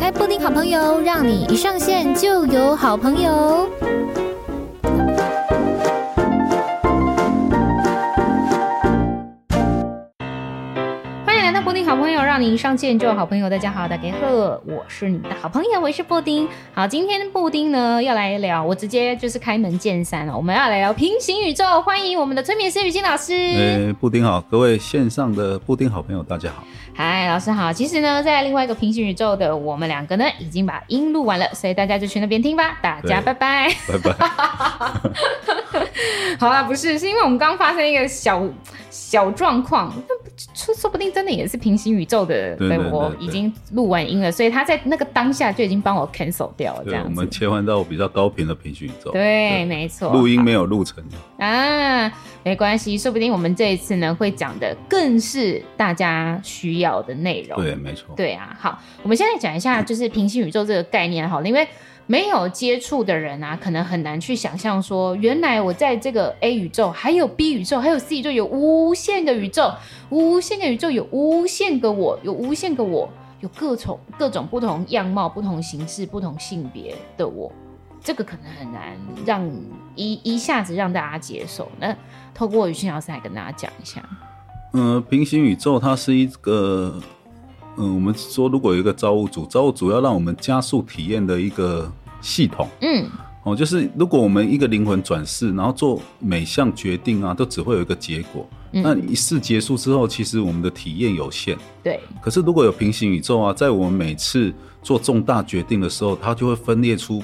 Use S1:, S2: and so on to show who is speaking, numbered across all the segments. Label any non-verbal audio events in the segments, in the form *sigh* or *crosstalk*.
S1: 开布丁好朋友，让你一上线就有好朋友。欢迎来到布丁好朋友，让你一上线就有好朋友。大家好，大家好，我是你的好朋友，我是布丁。好，今天布丁呢要来聊，我直接就是开门见山了，我们要来聊平行宇宙。欢迎我们的催眠师雨欣老师。
S2: 呃，布丁好，各位线上的布丁好朋友，大家好。
S1: 嗨，老师好。其实呢，在另外一个平行宇宙的我们两个呢，已经把音录完了，所以大家就去那边听吧。大家拜
S2: 对
S1: 拜。
S2: 拜拜。
S1: *laughs* 好啦，不是，是因为我们刚发生一个小小状况，那不说说不定真的也是平行宇宙的，
S2: 对对对
S1: 我
S2: 对
S1: 已经录完音了，所以他在那个当下就已经帮我 cancel 掉了，这
S2: 对，我
S1: 样
S2: 们
S1: 子。
S2: 切换到比较高频的平行宇宙。
S1: 对，没错。
S2: 录音没有录成，
S1: 啊，没关系，说不定我们这一次呢会讲的更是大家需要的内容。
S2: 对，没错。
S1: 对啊，好，我们现在讲一下就是平行宇宙这个概念好了，因为没有接触的人啊，可能很难去想象说，原来我在这个 A 宇宙，还有 B 宇宙，还有 C 宇宙，有无限个宇宙，无限个宇宙有无限个我，有无限个我，有各种各种不同样貌、不同形式、不同性别的我，这个可能很难让一一下子让大家接受。那透过雨欣老师来跟大家讲一下，
S2: 嗯、平行宇宙它是一个，嗯、我们说如果有一个造物主，造物主要让我们加速体验的一个系统
S1: 嗯，
S2: 哦，就是如果我们一个灵魂转世，然后做每项决定啊，都只会有一个结果。
S1: 嗯
S2: 那一世结束之后，其实我们的体验有限。
S1: 对，
S2: 可是如果有平行宇宙啊，在我们每次做重大决定的时候，它就会分裂出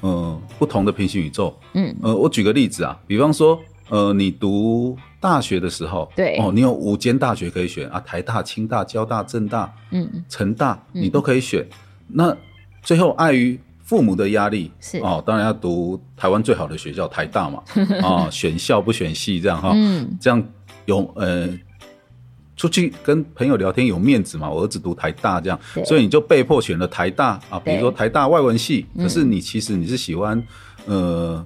S2: 呃不同的平行宇宙。
S1: 嗯，
S2: 呃，我举个例子啊，比方说，呃，你读大学的时候，
S1: 对
S2: 哦，你有五间大学可以选啊，台大、清大、交大、政大、
S1: 嗯，
S2: 成大，
S1: 嗯
S2: 你都可以选。那最后碍于父母的压力，
S1: 是
S2: 哦，当然要读台湾最好的学校台大
S1: *laughs*
S2: 嘛，啊、选校不选系这样哈、
S1: 嗯，
S2: 这样有呃，出去跟朋友聊天有面子嘛。我儿子读台大这样
S1: 对，
S2: 所以你就被迫选了台大啊，比
S1: 对
S2: 如说台大外文系，
S1: 嗯
S2: 可是你其实你是喜欢呃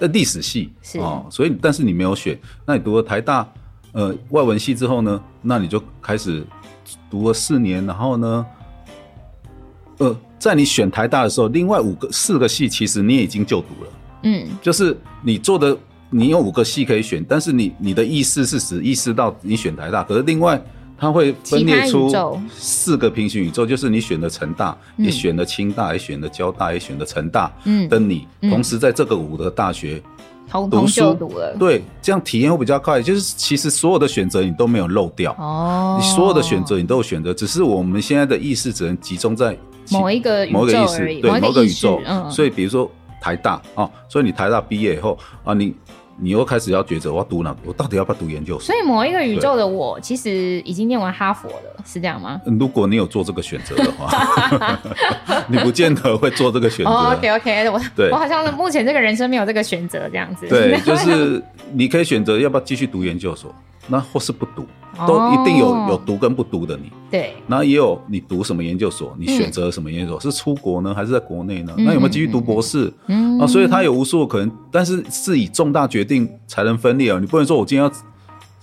S2: 呃历史系
S1: 是
S2: 哦，所以但是你没有选，那你读了台大呃外文系之后呢，那你就开始读了四年，然后呢，呃，在你选台大的时候，另外五个四个系其实你也已经就读了。
S1: 嗯。
S2: 就是你做的，你有五个系可以选，但是你你的意识是只意识到你选台大，可是另外它会分裂
S1: 其他宇
S2: 出
S1: 宙
S2: 四个平行宇宙，就是你选的成大，
S1: 嗯
S2: 也选的清大，也选的交大，也选的成大
S1: 嗯
S2: 的你，
S1: 嗯
S2: 同时在这个五个大学
S1: 通
S2: 读
S1: 通
S2: 书
S1: 就读了。，
S2: 对，这样体验会比较快。就是其实所有的选择你都没有漏掉，
S1: 哦，
S2: 你所有的选择你都有选择，只是我们现在的意识只能集中在其
S1: 某一个宇
S2: 某一个
S1: 宙
S2: 意思
S1: 而已，
S2: 对
S1: 某
S2: 某
S1: 一
S2: 一个
S1: 意
S2: 宇
S1: 识
S2: 宙，
S1: 嗯，
S2: 所
S1: 以
S2: 以比如说台大啊，所以你台大毕业以后啊，你你又开始要抉择，我要读哪个，我到底要不要读研究所？
S1: 所以某一个宇宙的我，其实已经念完哈佛了，是这样吗？
S2: 嗯如果你有做这个选择的话，
S1: *laughs*
S2: 你不见得会做这个选择。啊
S1: 哦，OK OK，我
S2: 对
S1: 我好像目前这个人生没有这个选择这样子。
S2: 对，就是你可以选择要不要继续读研究所，那或是不读，
S1: 哦
S2: 都一定有有读跟不读的你。
S1: *laughs* 对，
S2: 然后也有你读什么研究所，你选择了什么研究所，是出国呢，还是在国内呢？
S1: 嗯
S2: 那有没有继续读博士？
S1: 嗯
S2: 啊，所以它有无数个可能，但是是以重大决定才能分裂哦。你不能说我今天要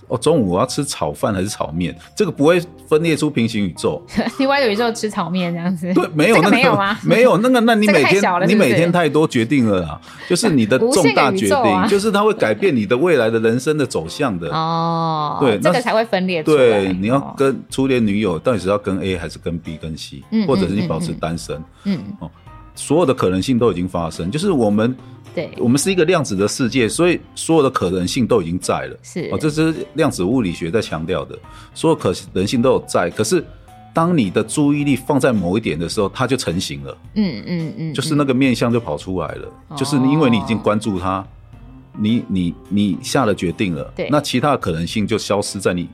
S2: 哦，中午我要吃炒饭还是炒面，这个不会分裂出平行宇
S1: *laughs*
S2: 宙。
S1: 另外一个宇宙吃炒面这样子。
S2: 对，没有
S1: 这个
S2: 那个
S1: 没有
S2: *laughs*
S1: 吗
S2: 没有那个，那你
S1: 这个
S2: 每
S1: 太
S2: 天
S1: 小了
S2: 你
S1: 是不是
S2: 每天太多决定了啦，就是你的
S1: 无限个
S2: 重大
S1: 宇
S2: 决
S1: 宙啊 *laughs*
S2: 定，就是它会改变你的未来的人生的走向的。
S1: 哦，
S2: 对
S1: 这
S2: 那
S1: 个才会分裂出来。
S2: 对，你要
S1: 哦
S2: 跟初恋女友到底是要跟 A 还是跟 B 跟 C，
S1: 嗯
S2: 或者是
S1: 嗯嗯
S2: 你保持
S1: 嗯
S2: 单身，
S1: 嗯，
S2: 所有的可能性都已经发生。就是我们
S1: 对，
S2: 我们是一个量子的世界，所以所有的可能性都已经在了。
S1: 是
S2: 哦，这是量子物理学在强调的，所有可能性都有在。可是，当你的注意力放在某一点的时候，它就成型了，
S1: 嗯嗯嗯，
S2: 就是那个面相就跑出来了，
S1: 哦
S2: 就是你因为你已经关注它，你你你下了决定了
S1: 对，
S2: 那其他的可能性就消失在你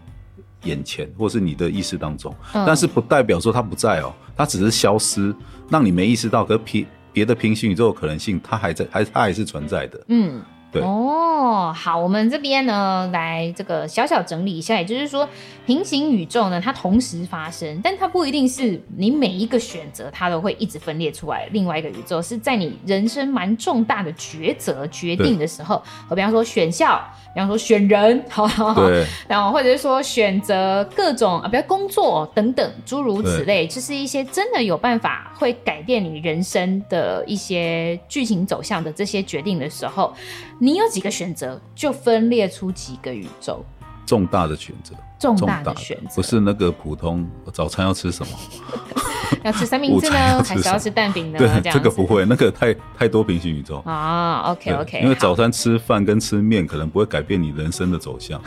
S2: 眼前或是你的意识当中。
S1: 嗯
S2: 但是不代表说它不在哦，它只是消失，让你没意识到。可是别别的平行宇宙的可能性，它还在，还它还是存在的。
S1: 嗯
S2: 对
S1: 哦，好，我们这边呢来这个小小整理一下，也就是说，平行宇宙呢它同时发生，但它不一定是你每一个选择它都会一直分裂出来。另外一个宇宙是在你人生蛮重大的抉择决定的时候，好比方说选校，比方说选人， *laughs* 好好好，
S2: 对
S1: 然后或者是说选择各种啊，比如工作等等，诸如此类，就是一些真的有办法会改变你人生的一些剧情走向的这些决定的时候，你有几个选择，就分裂出几个宇宙，
S2: 重大的选择，
S1: 重
S2: 重
S1: 大
S2: 大
S1: 的
S2: 的
S1: 选择，
S2: 不是那个普通早餐要吃什么，
S1: 要吃三明治呢，
S2: *laughs* 午餐要吃
S1: 还是要
S2: 什么
S1: 吃蛋饼呢？
S2: 对
S1: 这样，子
S2: 这个不会，那个太太多平行宇宙。
S1: 啊，OK
S2: 对
S1: OK，
S2: 因为早餐吃饭跟吃面可能不会改变你人生的走向，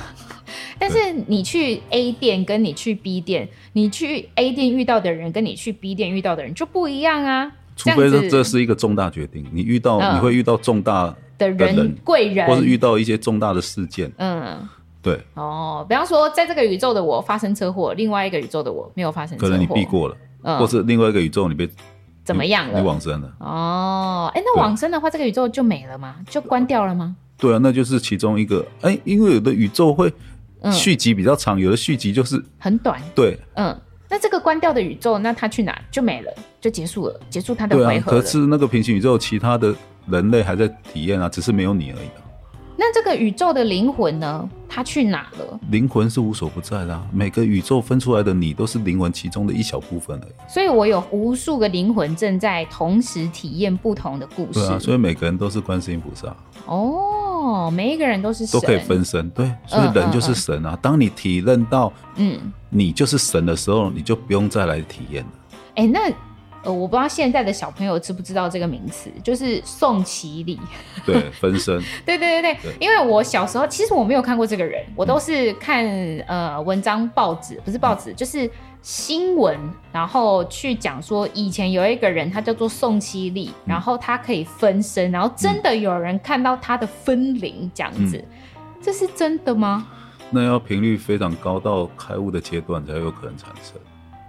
S1: 但是你去 A 店跟你去 B 店，你去 A 店遇到的人跟你去 B 店遇到的人就不一样啊。
S2: 除非
S1: 这样
S2: 这
S1: 子
S2: 这是一个重大决定，你遇到、
S1: 嗯
S2: 你会遇到重大
S1: 的
S2: 的
S1: 人
S2: 人
S1: 贵人，
S2: 或是遇到一些重大的事件，
S1: 嗯
S2: 对，
S1: 哦，比方说在这个宇宙的我发生车祸，另外一个宇宙的我没有发生车
S2: 可
S1: 祸，
S2: 能你避，过了，
S1: 嗯，
S2: 或是另外一个宇宙你被
S1: 怎么样
S2: 你
S1: 了？
S2: 往啊生了，
S1: 哦，哎，那往生的话，这个宇宙就没了吗？就关掉了吗？
S2: 对啊，那就是其中一个，哎、因为有的宇宙会
S1: 嗯，
S2: 续集比较长，有的续集就是
S1: 很短，
S2: 对
S1: 嗯。那这个关掉的宇宙，那它去哪就没了，就结束了，结束它的
S2: 对
S1: 回
S2: 啊，
S1: 合了。
S2: 可是那个平行宇宙其他的人类还在体验啊，只是没有你而已、啊。
S1: 那这个宇宙的灵魂呢？它去哪了？
S2: 灵魂是无所不在的啊、每个宇宙分出来的你都是灵魂其中的一小部分而已。
S1: 所以我有无数个灵魂正在同时体验不同的故事。
S2: 对啊，所以每个人都是观世音菩萨，
S1: 哦，每一个人都是神，
S2: 都可以分身。对，所以人就是神啊。当你体认到
S1: 嗯。
S2: 你就是神的时候，你就不用再来体验
S1: *laughs*
S2: 了。
S1: 哎、那呃，我不知道现在的小朋友知不知道这个名词，就是宋其礼。 *laughs*
S2: 对，分身。
S1: 对对对对
S2: 对，嗯
S1: 因为我小时候其实我没有看过这个人，我都是看呃文章、报纸，不是报纸，就是新闻，然后去讲说以前有一个人，他叫做宋七力，
S2: 嗯
S1: 然后他可以分身，然后真的有人看到他的分灵这样子。
S2: 嗯
S1: 这是真的吗？
S2: 那要频率非常高到开悟的阶段才有可能产生。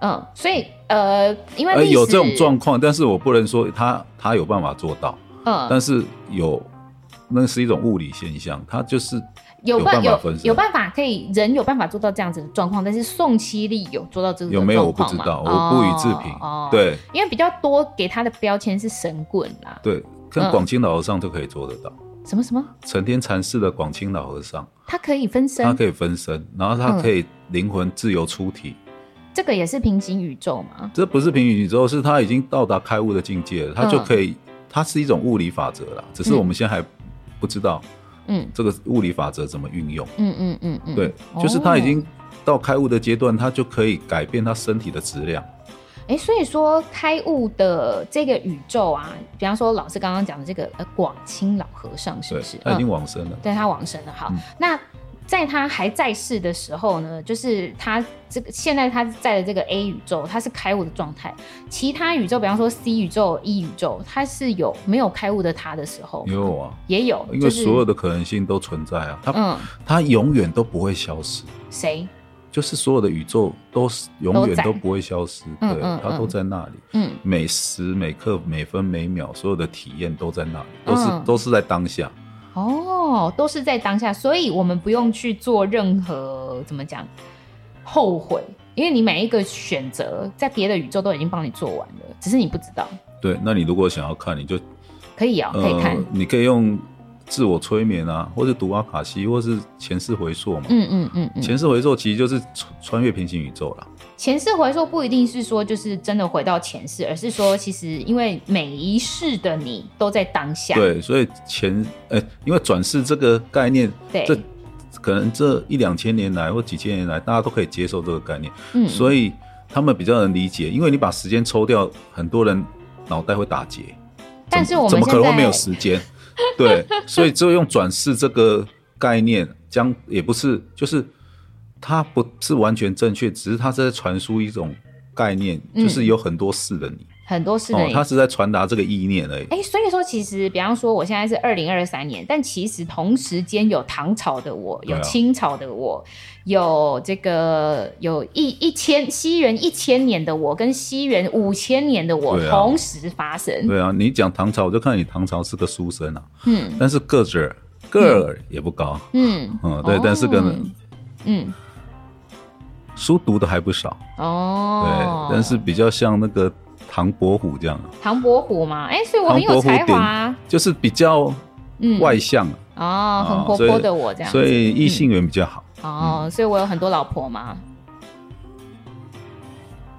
S1: 嗯，所以呃，因为
S2: 而
S1: 历史
S2: 有这种，状况，但是我不能说他他有办法做到，
S1: 嗯
S2: 但，是有。那是一种物理现象，它就是
S1: 有
S2: 有
S1: 办
S2: 办法
S1: 有
S2: 分身
S1: 有办法可以人有办法做到这样子的状况，但是宋七力有做到这个
S2: 有没有我
S1: 状
S2: 不
S1: 况
S2: 知
S1: 吗
S2: 道，我不予置评。
S1: 哦，哦
S2: 对，
S1: 因为比较多给他的标签是神棍啦，
S2: 对，
S1: 嗯
S2: 跟广清老和尚就可以做得到。
S1: 什么什么，
S2: 成天禅寺的广清老和尚，
S1: 他可以分身，
S2: 他可以分身，然后
S1: 嗯
S2: 他可以灵魂自由出体。
S1: 这个也是平行宇宙嘛？
S2: 这不是平行宇宙，是他已经到达开悟的境界了，他就
S1: 嗯
S2: 可以，它是一种物理法则啦。只是我们现在还不知道
S1: 嗯
S2: 这个物理法则怎么运用。
S1: 嗯嗯嗯嗯，
S2: 对，就是他已
S1: 哦
S2: 经到开悟的阶段，他就可以改变他身体的质量。
S1: 哎，所以说开悟的这个宇宙啊，比方说老师刚刚讲的这个呃广清老和尚是
S2: 对
S1: 不是，？
S2: 他已经
S1: 嗯
S2: 往生了。
S1: 对他往生了。好，
S2: 嗯
S1: 那在他还在世的时候呢，就是他这个现在他在的这个 A 宇宙，他是开悟的状态；其他宇宙，比方说 C 宇宙、E 宇宙，他是有没有开悟的他的时候，
S2: 也有啊，
S1: 也有，
S2: 因
S1: 就
S2: 为
S1: 是
S2: 所有的可能性都存在啊，他
S1: 嗯，
S2: 他永远都不会消失。
S1: 谁？
S2: 就是所有的宇宙都是永远都不会消失，
S1: 嗯
S2: 对
S1: 嗯，
S2: 它都在那里，
S1: 嗯，
S2: 每时每刻每分每秒，所有的体验都在那里，都是
S1: 嗯
S2: 都是在当下。
S1: 哦，都是在当下，所以我们不用去做任何怎么讲后悔。因为你每一个选择，在别的宇宙都已经帮你做完了，只是你不知道。
S2: 对，那你如果想要看，你就
S1: 可以哦，可以看。
S2: 呃，你可以用自我催眠啊，或是读阿卡西，或是前世回溯嘛。
S1: 嗯嗯嗯嗯。
S2: 前世回溯其实就是穿穿越平行宇宙啦，
S1: 前世回溯不一定是说就是真的回到前世，而是说其实因为每一世的你都在当下，
S2: 对，所以前呃、因为转世这个概念，
S1: 对
S2: 这可能这一两千年来或几千年来，大家都可以接受这个概念，
S1: 嗯，
S2: 所以他们比较能理解，因为你把时间抽掉，很多人脑袋会打结。
S1: 但是我
S2: 怎
S1: 们
S2: 么可
S1: 现
S2: 能会没有
S1: 在
S2: 时间？
S1: *laughs*
S2: 对，所以就用转世这个概念，将也不是，就是它不是完全正确，只是它是在传输一种概念，
S1: 嗯
S2: 就是有很多事的你，
S1: 很多事的
S2: 哦，
S1: 你
S2: 它是在传达这个意念而已。
S1: 哎、所以说其实，比方说我现在是二零二三年，但其实同时间有唐朝的我，有
S2: 对啊
S1: 清朝的我，有这个有一一千西元一千年的我，跟西元五千年的我、
S2: 对啊
S1: 同时发生。
S2: 对啊，你讲唐朝，我就看你唐朝是个书生啊，
S1: 嗯，
S2: 但是个子儿个儿也不高，
S1: 嗯
S2: 嗯，对，但是可能
S1: 嗯
S2: 书读的还不少，对
S1: 哦，，
S2: 但是比较像那个唐伯虎这样，
S1: 唐伯虎嘛，哎，所以我
S2: 唐
S1: 很有
S2: 伯虎
S1: 才华啊，
S2: 就是比较
S1: 嗯，
S2: 外向，
S1: 哦，很
S2: 啊
S1: 活
S2: 所以
S1: 泼的我这样子，嗯
S2: 所以异性缘比较好，
S1: 哦，所以我有很多老婆嘛，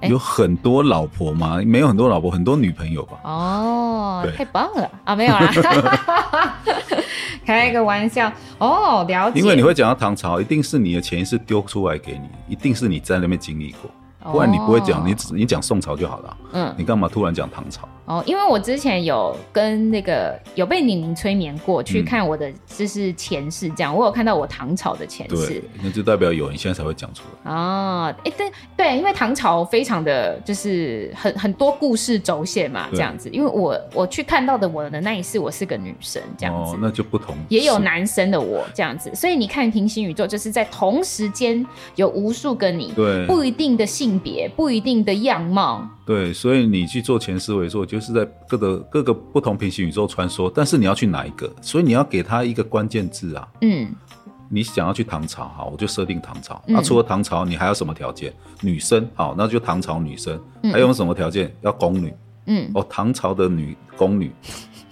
S1: 哎
S2: 有很多老婆吗？没有很多老婆，很多女朋友吧？
S1: 哦，
S2: 对
S1: 太棒了啊！没有啦， *laughs* 开一个玩笑哦，了解。
S2: 因为你会讲到唐朝，一定是你的潜意识丢出来给你，一定是你在那边经历过，
S1: 哦，
S2: 不然你不会讲，你只你讲宋朝就好了，
S1: 嗯
S2: 你干嘛突然讲唐朝？
S1: 哦，因为我之前有跟那个有被宁宁催眠过，去
S2: 嗯
S1: 看我的就是前世，这样我有看到我唐朝的前世
S2: 对，那就代表有，你现在才会讲出来。
S1: 哦，哎，对对，因为唐朝非常的就是很很多故事轴线嘛，
S2: 对
S1: 这样子。因为我我去看到的我的那一世，我是个女生这样子。
S2: 哦，那就不同，
S1: 也有，男生的我这样子，所以你看平行宇宙就是在同时间有无数个你，
S2: 对
S1: 不一定的性别，不一定的样貌，
S2: 对，所以你去做前世回溯，就是在各个各个不同平行宇宙穿梭，但是你要去哪一个？所以你要给他一个关键字啊。
S1: 嗯，
S2: 你想要去唐朝，好，我就设定唐朝。
S1: 嗯
S2: 那、除了唐朝，你还有什么条件？女生，好，那就唐朝女生。
S1: 嗯
S2: 还有什么条件？要宫女。
S1: 嗯，
S2: 哦，唐朝的女宫女。 *laughs*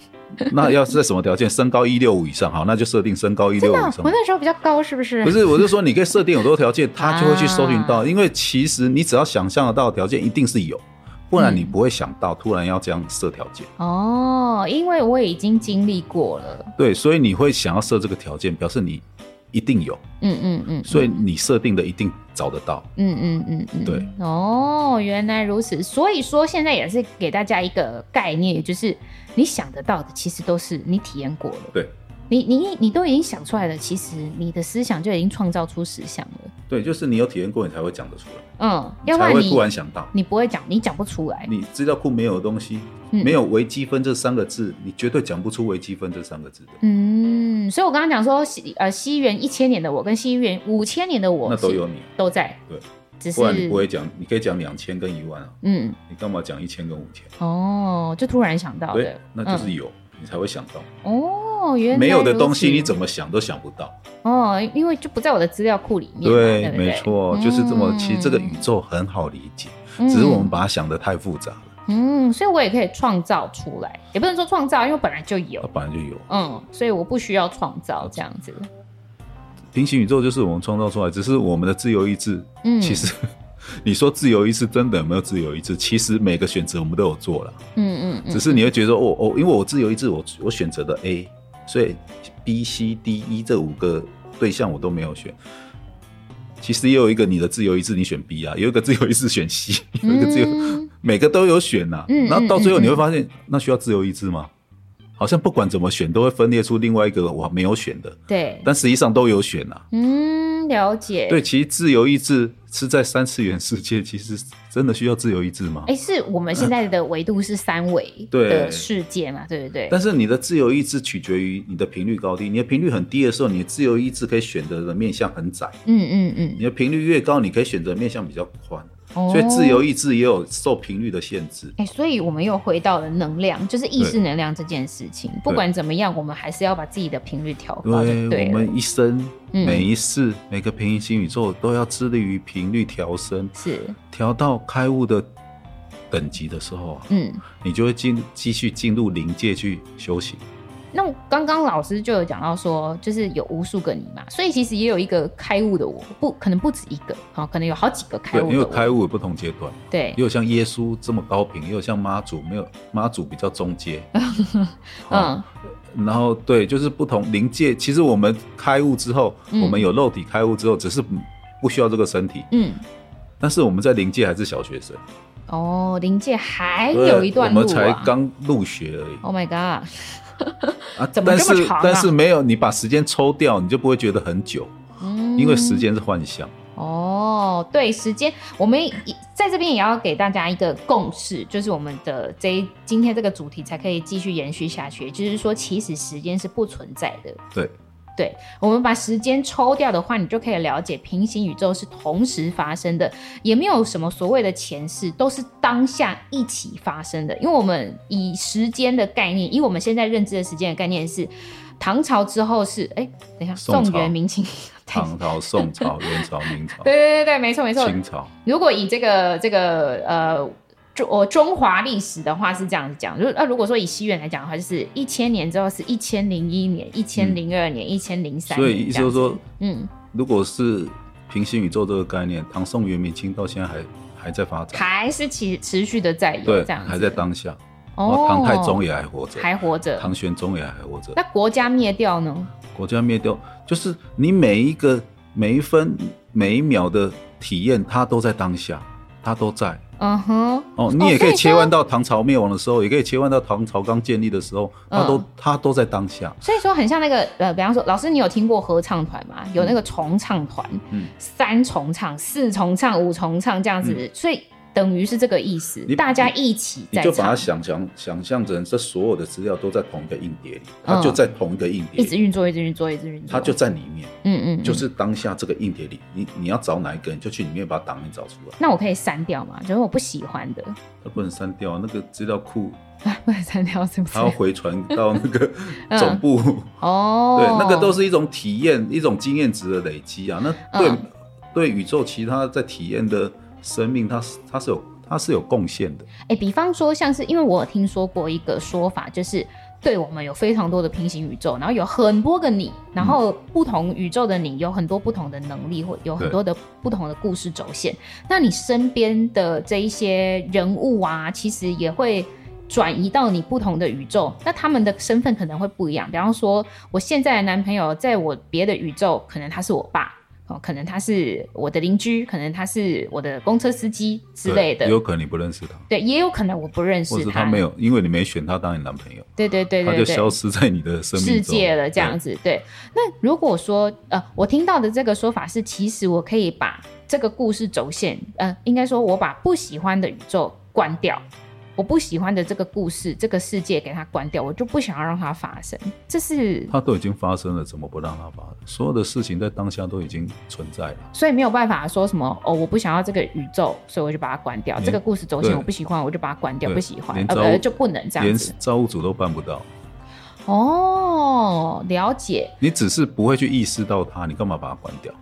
S2: 那要是在什么条件？身高一六五以上，好，那就设定身高一
S1: 真
S2: 六
S1: 的，
S2: 五
S1: 啊
S2: 以
S1: 我
S2: 上。
S1: 那时候比较高，是不是？
S2: 不，是，我是说你可以设定有多
S1: *laughs*
S2: 条件，他就会去搜寻到，
S1: 啊
S2: 因为其实你只要想象得到的条件一定是有，不然你
S1: 嗯
S2: 不会想到突然要这样设条件。
S1: 哦，因为我已经经历过了，
S2: 对，所以你会想要设这个条件，表示你一定有，
S1: 嗯嗯嗯，
S2: 所以
S1: 嗯
S2: 你设定的一定找得到。
S1: 嗯嗯嗯嗯，
S2: 对，
S1: 哦，原来如此，所以说现在也是给大家一个概念，也就是你想得到的，其实都是你体验过了。
S2: 对
S1: 你你你都已经想出来了，其实你的思想就已经创造出实相了。
S2: 对，就是你有体验过，你才会讲得出来，
S1: 嗯，要不
S2: 才
S1: 然
S2: 会
S1: 你
S2: 突然想到。
S1: 你不会讲，你讲不出来。
S2: 你资料库没有的东西，
S1: 嗯
S2: 没有微积分这三个字，你绝对讲不出微积分这三个字的。
S1: 嗯，所以我刚刚讲说，西呃西元一千年的我跟西元五千年的我
S2: 那都
S1: 是
S2: 有你，
S1: 都在，
S2: 对，
S1: 只是
S2: 不然你不会讲，你可以讲两千跟一万啊，
S1: 嗯
S2: 你干嘛讲一千跟五千？
S1: 哦，就突然想到
S2: 对
S1: 的，，
S2: 那就是有，你才会想到。
S1: 嗯、哦，原来
S2: 没有的东西，你
S1: 么
S2: 怎么想都想不到。
S1: 哦，因为就不在我的资料库里面嘛，对不对，
S2: 没错，就是这么。
S1: 嗯
S2: 其实这个宇宙很好理解，
S1: 嗯
S2: 只是我们把它想得太复杂了，
S1: 嗯，所以我也可以创造出来，也不能说创造，因为本来就有
S2: 它，啊本来就有。
S1: 嗯，所以我不需要创造这样子。
S2: 平行宇宙就是我们创造出来，只是我们的自由意志。
S1: 嗯
S2: *laughs* 其实你说自由意志真的有没有自由意志？其实每个选择我们都有做了，
S1: 嗯嗯嗯，
S2: 只是你会觉得哦哦，因为我自由意志，我我选择的 A，所以 B、C、D、E 这五个对象我都没有选。其实也有一个你的自由意志，你选 B 啊；有一个自由意志选 C，有一个自由、
S1: 嗯
S2: 每个都有选呐、
S1: 嗯
S2: 然后到
S1: 嗯
S2: 最后
S1: 嗯
S2: 你会发现，那需要自由意志吗？好像不管怎么选，都会分裂出另外一个我没有选的，
S1: 对，
S2: 但实际上都有选呐、
S1: 嗯，了解。
S2: 对，，其实自由意志是在三次元世界，其实真的需要自由意志吗？
S1: 哎，是我们现在的维度是三维
S2: *laughs* 对
S1: 的世界嘛，对不对？
S2: 但是你的自由意志取决于你的频率高低，你的频率很低的时候，你的自由意志可以选择的面向很窄；
S1: 嗯嗯嗯，
S2: 你的频率越高，你可以选择面向比较宽。
S1: 哦
S2: 所以自由。意志也有受频率的限制。
S1: 哎，所以我们又回到了能量，就是意识能量这件事情。不管怎么样，我们还是要把自己的频率调高，就对
S2: 我
S1: 了。
S2: 们一生
S1: 嗯
S2: 每一世每个平行宇宙都要致力于频率调升，
S1: 是，
S2: 调到开悟的等级的时候啊，
S1: 嗯。
S2: 你就会进继续进入灵界去修行。
S1: 那我刚刚老师就有讲到说，就是有无数个你嘛，所以其实也有一个开悟的我，不可能不止一个，好、可能有好几个开
S2: 对，
S1: 悟的
S2: 因为
S1: 我。
S2: 开悟有不同阶段，
S1: 对
S2: 也，有像耶稣这么高频，也有像妈祖没有妈祖比较中阶。
S1: 嗯
S2: 哦，然后对，就是不同灵界。其实我们开悟之后，
S1: 嗯
S2: 我们有肉体开悟之后，只是不需要这个身体，
S1: 嗯，
S2: 但是我们在灵界还是小学生，
S1: 哦，临界还有一段
S2: 我
S1: 路啊。
S2: 们才刚入学而已。
S1: Oh my god！
S2: 啊，
S1: *laughs* 怎么
S2: 但
S1: 这么
S2: 是
S1: 长啊
S2: 但是没有你把时间抽掉，你就不会觉得很久，
S1: 嗯
S2: 因为时。间是幻象。
S1: 哦，对，时间，我们也在这边也要给大家一个共识，就是我们的这一今天这个主题才可以继续延续下去，就是说，其实时间是不存在的。
S2: 对，
S1: 对，我们把时间抽掉的话，你就可以了解平行宇宙是同时发生的，也没有什么所谓的前世，都是当下一起发生的。因为我们以时间的概念，以我们现在认知的时间的概念是，唐朝之后是哎，等一下，
S2: 宋
S1: 宋
S2: 朝
S1: 元明清，对
S2: 唐朝、宋朝、元朝、明朝、
S1: *laughs* 对对对对，没错没错，
S2: 清朝，
S1: 如果以这个这个呃中我中华历史的话是这样子讲，如那、如果说以西元来讲的话，就是一千年之后是一千零一年、一千零二年、一千零三年，
S2: 所以意思就是，说，
S1: 嗯，
S2: 如果是平行宇宙这个概念，唐宋元明清到现在还还在发展，
S1: 还是持持续的在有
S2: 对，
S1: 这样子，
S2: 还在当下。然后
S1: 哦，
S2: 唐太宗也还活着，
S1: 还活着，
S2: 唐玄宗也还活着。
S1: 那国家灭掉呢？
S2: 国家灭掉，就是你每一个每一分每一秒的体验，它都在当下，它都在。
S1: 嗯哼，
S2: 哦，你也可
S1: 所
S2: 以
S1: 以
S2: 切
S1: 说
S2: 换到唐朝灭亡的时候，也可以切换到唐朝刚建立的时候，它都、
S1: 嗯
S2: 它都在当下。
S1: 所以说很像那个呃，比方说，老师你有听过合唱团吗？有那个重唱团，
S2: 嗯
S1: 三重唱、四重唱、五重唱这样子，所以等于是这个意思
S2: 你，
S1: 大家一起
S2: 你
S1: 在
S2: 就把它
S1: 唱，
S2: 想象想象成这所有的资料都在同一个硬碟里，
S1: 嗯
S2: 它就在同一个硬碟
S1: 一直
S2: 里，
S1: 运作，一直运作，一直运作，
S2: 它就在里面，
S1: 嗯嗯，嗯
S2: 就是当下这个硬碟里，你你要找哪一个，你就去里面把档案找出来，
S1: 那我可以删掉嘛？就是我不喜欢的， *laughs*
S2: 它不能删掉那个资料库，
S1: 不能删掉是不是
S2: 它？要回传到那
S1: *laughs*
S2: 个
S1: 嗯
S2: 总部。
S1: 哦，
S2: 对，那个都是一种体验，一种经验值的累积啊。那对、
S1: 嗯
S2: 对宇宙其他在体验的生命，它是它是有它是有贡献的。
S1: 哎、比方说像是因为我有听说过一个说法，就是对我们有非常多的平行宇宙，然后有很多个你，然后不同宇宙的你有很多不同的能力，或有很多的不同的故事轴线。那你身边的这一些人物啊，其实也会。转移到你不同的宇宙，那他们的身份可能会不一样。比方说，我现在的男朋友在我别的宇宙，可能他是我爸哦，可能他是我的邻居，可能他是我的公车司机之类的
S2: 对也。有可能你不认识他，
S1: 对，也有可能我不认识
S2: 或者他没有，因为你没选他当你男朋友，
S1: 对对对对
S2: 他
S1: 对，
S2: 就消失在你的生命
S1: 世
S2: 中
S1: 界了这样
S2: 对
S1: 子。对，那如果说呃，我听到的这个说法是，其实我可以把这个故事轴线，呃，应该说我把不喜欢的宇宙关掉。我不喜欢的这个故事、这个世界，给它关掉，我就不想要让它发生。这是
S2: 它都已经发生了，怎么不让它发生？所有的事情在当下都已经存在了。
S1: 所以没有办法说什么哦，我不想要这个宇宙，所以我就把它关掉。
S2: 连
S1: 这个故事轴线
S2: 对
S1: 我不喜欢，我就把它关掉，
S2: 对
S1: 不喜欢，
S2: 连
S1: 呃，不
S2: 造物
S1: 呃就不能这样
S2: 连
S1: 子。
S2: 造物主都办不到，
S1: 哦，了解。
S2: 你只是不会去意识到它，你干嘛把它关掉？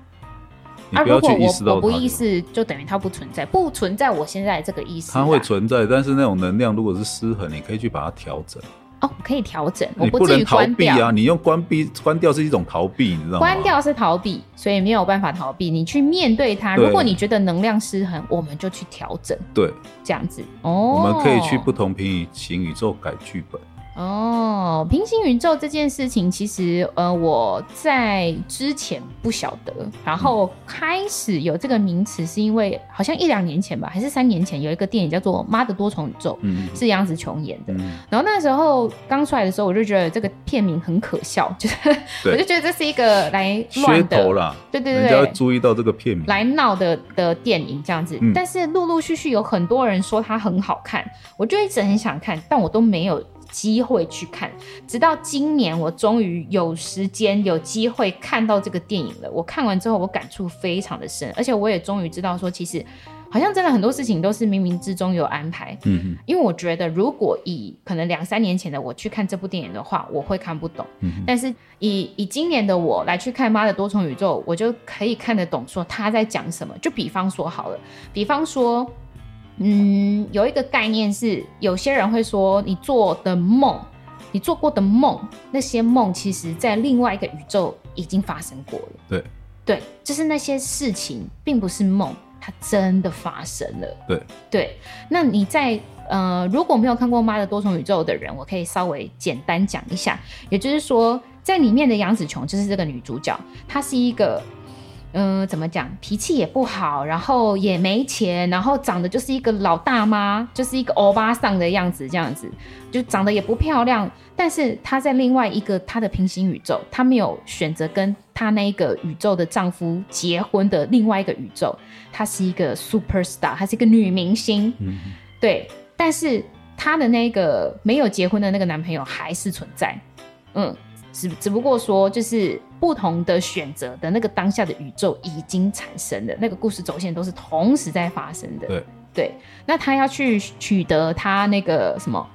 S2: 你
S1: 啊，
S2: 不要
S1: 如果
S2: 去
S1: 我
S2: 意识到它
S1: 我不
S2: 就好
S1: 意识，啊就等于它不存在，不存在我现在的这个意识啦。
S2: 它会存在，但是那种能量如果是失衡，你可以去把它调整。
S1: 哦，可以调整，我
S2: 你
S1: 至
S2: 能
S1: 于
S2: 逃
S1: 关
S2: 避
S1: 掉。
S2: 啊！你用关闭关掉是一种逃避，你知道吗？
S1: 关掉是逃避，所以没有办法逃避。你去面对它，
S2: 对
S1: 如果你觉得能量失衡，我们就去调整，
S2: 对，
S1: 这样子。哦，
S2: 我们可以去不同平行宇宙改剧本。
S1: 哦，平行宇宙这件事情，其实呃我在之前不晓得，然后
S2: 嗯
S1: 开始有这个名词，是因为好像一两年前吧，还是三年前，有一个电影叫做《妈的多重宇宙》，
S2: 嗯
S1: 是杨紫琼演的。
S2: 嗯，
S1: 然后那时候刚出来的时候，我就觉得这个片名很可笑， *laughs* 就是
S2: 对
S1: 我就觉得这是一个来
S2: 噱
S1: 乱的，
S2: 头啦，
S1: 对对
S2: 人家
S1: 对
S2: 会
S1: 对，
S2: 注意到这个片名。
S1: 来闹的的电影这样子。
S2: 嗯
S1: 但是陆陆续续有很多人说它很好看，我就一直很想看，但我都没有机会去看。直到今年，我终于有时间有机会看到这个电影了。我看完之后，我感触非常的深，而且我也终于知道说，其实好像真的很多事情都是冥冥之中有安排。
S2: 嗯
S1: 因为我觉得，如果以可能两三年前的我去看这部电影的话，我会看不懂。
S2: 嗯嗯，
S1: 但是以以今年的我来去看《妈的多重宇宙》，我就可以看得懂说他在讲什么。就比方说好了，比方说，嗯，有一个概念是，有些人会说你做的梦，你做过的梦，那些梦其实在另外一个宇宙已经发生过了。
S2: 对
S1: 对，就是那些事情并不是梦，它真的发生了。
S2: 对，
S1: 对，那你在呃，如果没有看过《妈的多重宇宙》的人，我可以稍微简单讲一下，也就是说，在里面的杨紫琼就是这个女主角，她是一个。嗯，怎么讲？脾气也不好，然后也没钱，然后长得就是一个老大妈，就是一个欧巴桑的样子，这样子，就长得也不漂亮。但是她在另外一个她的平行宇宙，她没有选择跟她那一个宇宙的丈夫结婚的另外一个宇宙，她是一个 super star，她是一个女明星，
S2: 嗯嗯
S1: 对，但是她的那个没有结婚的那个男朋友还是存在，嗯，只只不过说就是不同的选择的那个当下的宇宙已经产生了，那个故事轴线都是同时在发生的。
S2: 对
S1: 对，那她要去取得她那个什么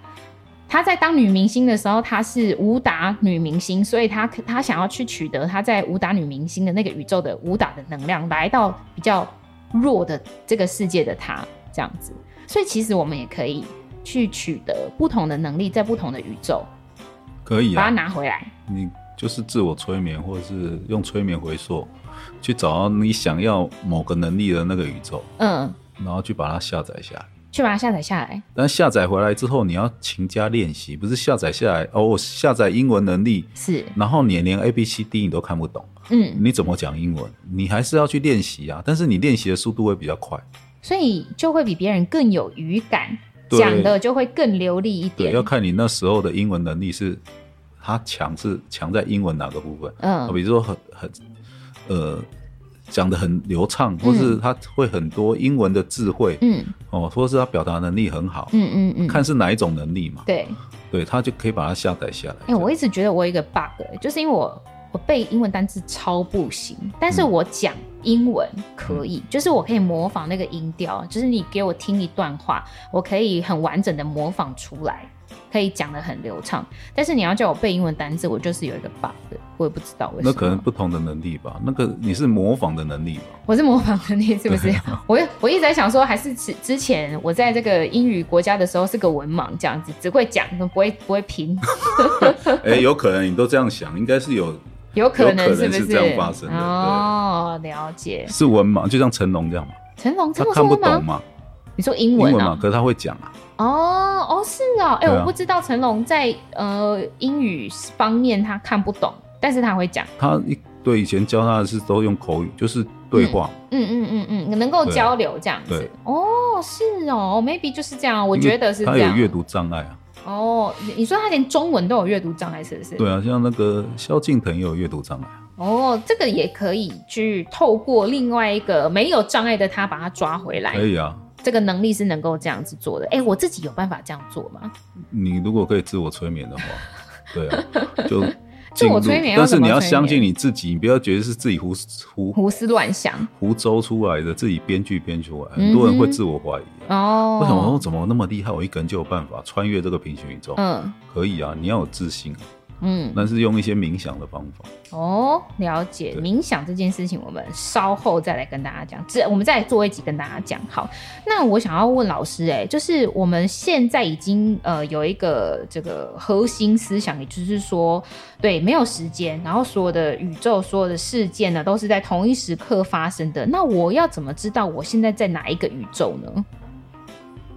S1: 她在当女明星的时候，她是武打女明星，所以她她想要去取得她在武打女明星的那个宇宙的武打的能量，来到比较弱的这个世界的她这样子。所以其实我们也可以去取得不同的能力，在不同的宇宙
S2: 可以
S1: 把它
S2: 啊，
S1: 拿回来。
S2: 你就是自我催眠，或者是用催眠回溯，去找到你想要某个能力的那个宇宙，
S1: 嗯，
S2: 然后去把它下载下来。
S1: 去把它下载下来。
S2: 但下载回来之后，你要勤加练习，不是下载下来哦，我下载英文能力，
S1: 是，
S2: 然后你连 A B C D 你都看不懂，
S1: 嗯，
S2: 你怎么讲英文？你还是要去练习啊，但是你练习的速度会比较快，
S1: 所以就会比别人更有语感，
S2: 对
S1: 讲的就会更流利一
S2: 对，
S1: 点
S2: 要。看你那时候的英文能力是，它强是强在英文哪个部分？啊，
S1: 嗯
S2: 比如说很很呃讲的很流畅，或是他会很多英文的智慧、
S1: 嗯
S2: 哦，或是他表达能力很好，
S1: 嗯嗯嗯，
S2: 看是哪一种能力嘛，
S1: 对。
S2: 对他就可以把它下载下来。
S1: 哎、我一直觉得我有一个 bug，欸就是因为我我背英文单词超不行，但是
S2: 嗯
S1: 我讲英文可以，就是我可以模仿那个音调，就是你给我听一段话，我可以很完整的模仿出来，可以讲的很流畅。但是你要叫我背英文单词，我就是有一个 bug，我也不知道为什么。
S2: 那可能不同的能力吧，那个你是模仿的能力吧？
S1: *laughs* 我是模仿能力是不是
S2: 对？
S1: *laughs* 我我一直在想说，还是之之前我在这个英语国家的时候是个文盲，这样子只会讲，不会不会拼，
S2: 哎、有可能你都这样想，应该是有
S1: 有可能
S2: 有可能
S1: 是不
S2: 是这样发生的对
S1: 哦，了解。
S2: 是文盲，就像成龙这样嘛，
S1: 成龙这
S2: 他
S1: 么
S2: 看不
S1: 说
S2: 懂
S1: 吗？
S2: 嘛，
S1: 你说英
S2: 英
S1: 文
S2: 文嘛，
S1: 啊？
S2: 可是他会讲啊，
S1: 哦哦，是哦，哎、
S2: 对啊
S1: 我不知道成龙在呃英语方面他看不懂，但是他会讲，
S2: 他一对以前教他的是都用口语，就是对话，
S1: 嗯嗯嗯嗯，能够
S2: 对
S1: 交流这样子
S2: 对。
S1: 哦，是哦，maybe 就是这样，我
S2: 因
S1: 觉
S2: 为
S1: 得是
S2: 他
S1: 这
S2: 有
S1: 样。
S2: 阅读障碍啊，
S1: 哦，你你说他连中文都有阅读障碍，是不是？
S2: 对啊，像那个萧敬腾也有阅读障碍。
S1: 哦，这个也可以去透过另外一个没有障碍的他把他抓回来
S2: 可，以啊，
S1: 这个能力是能够这样子做的。哎、我自己有办法这样做吗？
S2: 你如果可以自我催眠的话，
S1: *laughs*
S2: 对啊，就
S1: 自
S2: 进
S1: 我
S2: 入。
S1: 催眠要
S2: 但
S1: 怎
S2: 是
S1: 么
S2: 你要
S1: 催
S2: 相信
S1: 眠
S2: 你自己，你不要觉得是自己胡胡
S1: 胡思乱想
S2: 胡诌出来的，自己编剧编出来，很多人会
S1: 嗯哼
S2: 自我怀疑啊。
S1: 哦。
S2: 为什么我怎么那么厉害？我一个人就有办法穿越这个平行宇宙？
S1: 嗯
S2: 可以啊，你要有自信啊，
S1: 嗯，
S2: 但是用一些冥想的方法。
S1: 哦，了解。
S2: 对
S1: 冥想这件事情，我们稍后再来跟大家讲，这我们再做一集跟大家讲。好，那我想要问老师、哎，就是我们现在已经呃有一个这个核心思想，也就是说，对，没有时间，然后所有的宇宙、所有的事件呢，都是在同一时刻发生的。那我要怎么知道我现在在哪一个宇宙呢？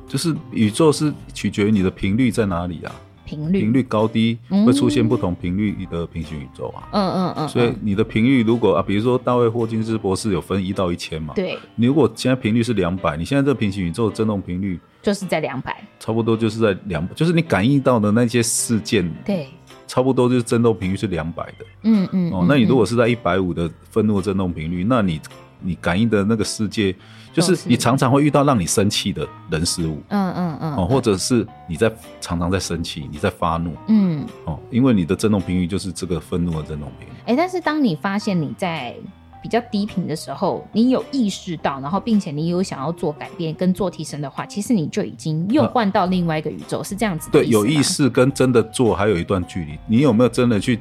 S2: 就是宇宙是取决于你的频率在哪里啊，
S1: 频率，
S2: 频率高低
S1: 嗯
S2: 会出现不同频率的平行宇宙啊。
S1: 嗯嗯嗯，嗯
S2: 所以你的频率如果啊，比如说大卫霍金斯博士有分一到一千嘛，
S1: 对，
S2: 你如果现在频率是两百，你现在这平行宇宙的振动频率
S1: 就是在两百，
S2: 差不多就是在两，就是你感应到的那些事件，
S1: 对，
S2: 差不多就是振动频率是两百的。
S1: 嗯嗯，
S2: 哦
S1: 嗯，
S2: 那你
S1: 嗯
S2: 如果是在一百五的愤怒振动频率，那你你感应的那个世界，就
S1: 哦就是是
S2: 你常常会遇到让你生气的人事物。
S1: 嗯嗯嗯，
S2: 哦，或者是你在常常在生气，你在发怒
S1: 嗯。
S2: 哦，因为你的振动频率就是这个愤怒的振动频率。
S1: 哎、但是当你发现你在比较低频的时候，你有意识到，然后并且你有想要做改变跟做提升的话，其实你就已经又换到另外一个宇宙，是这样子的
S2: 啊对，有意
S1: 意啊
S2: 识跟真的做还有一段距离。你有没有真的去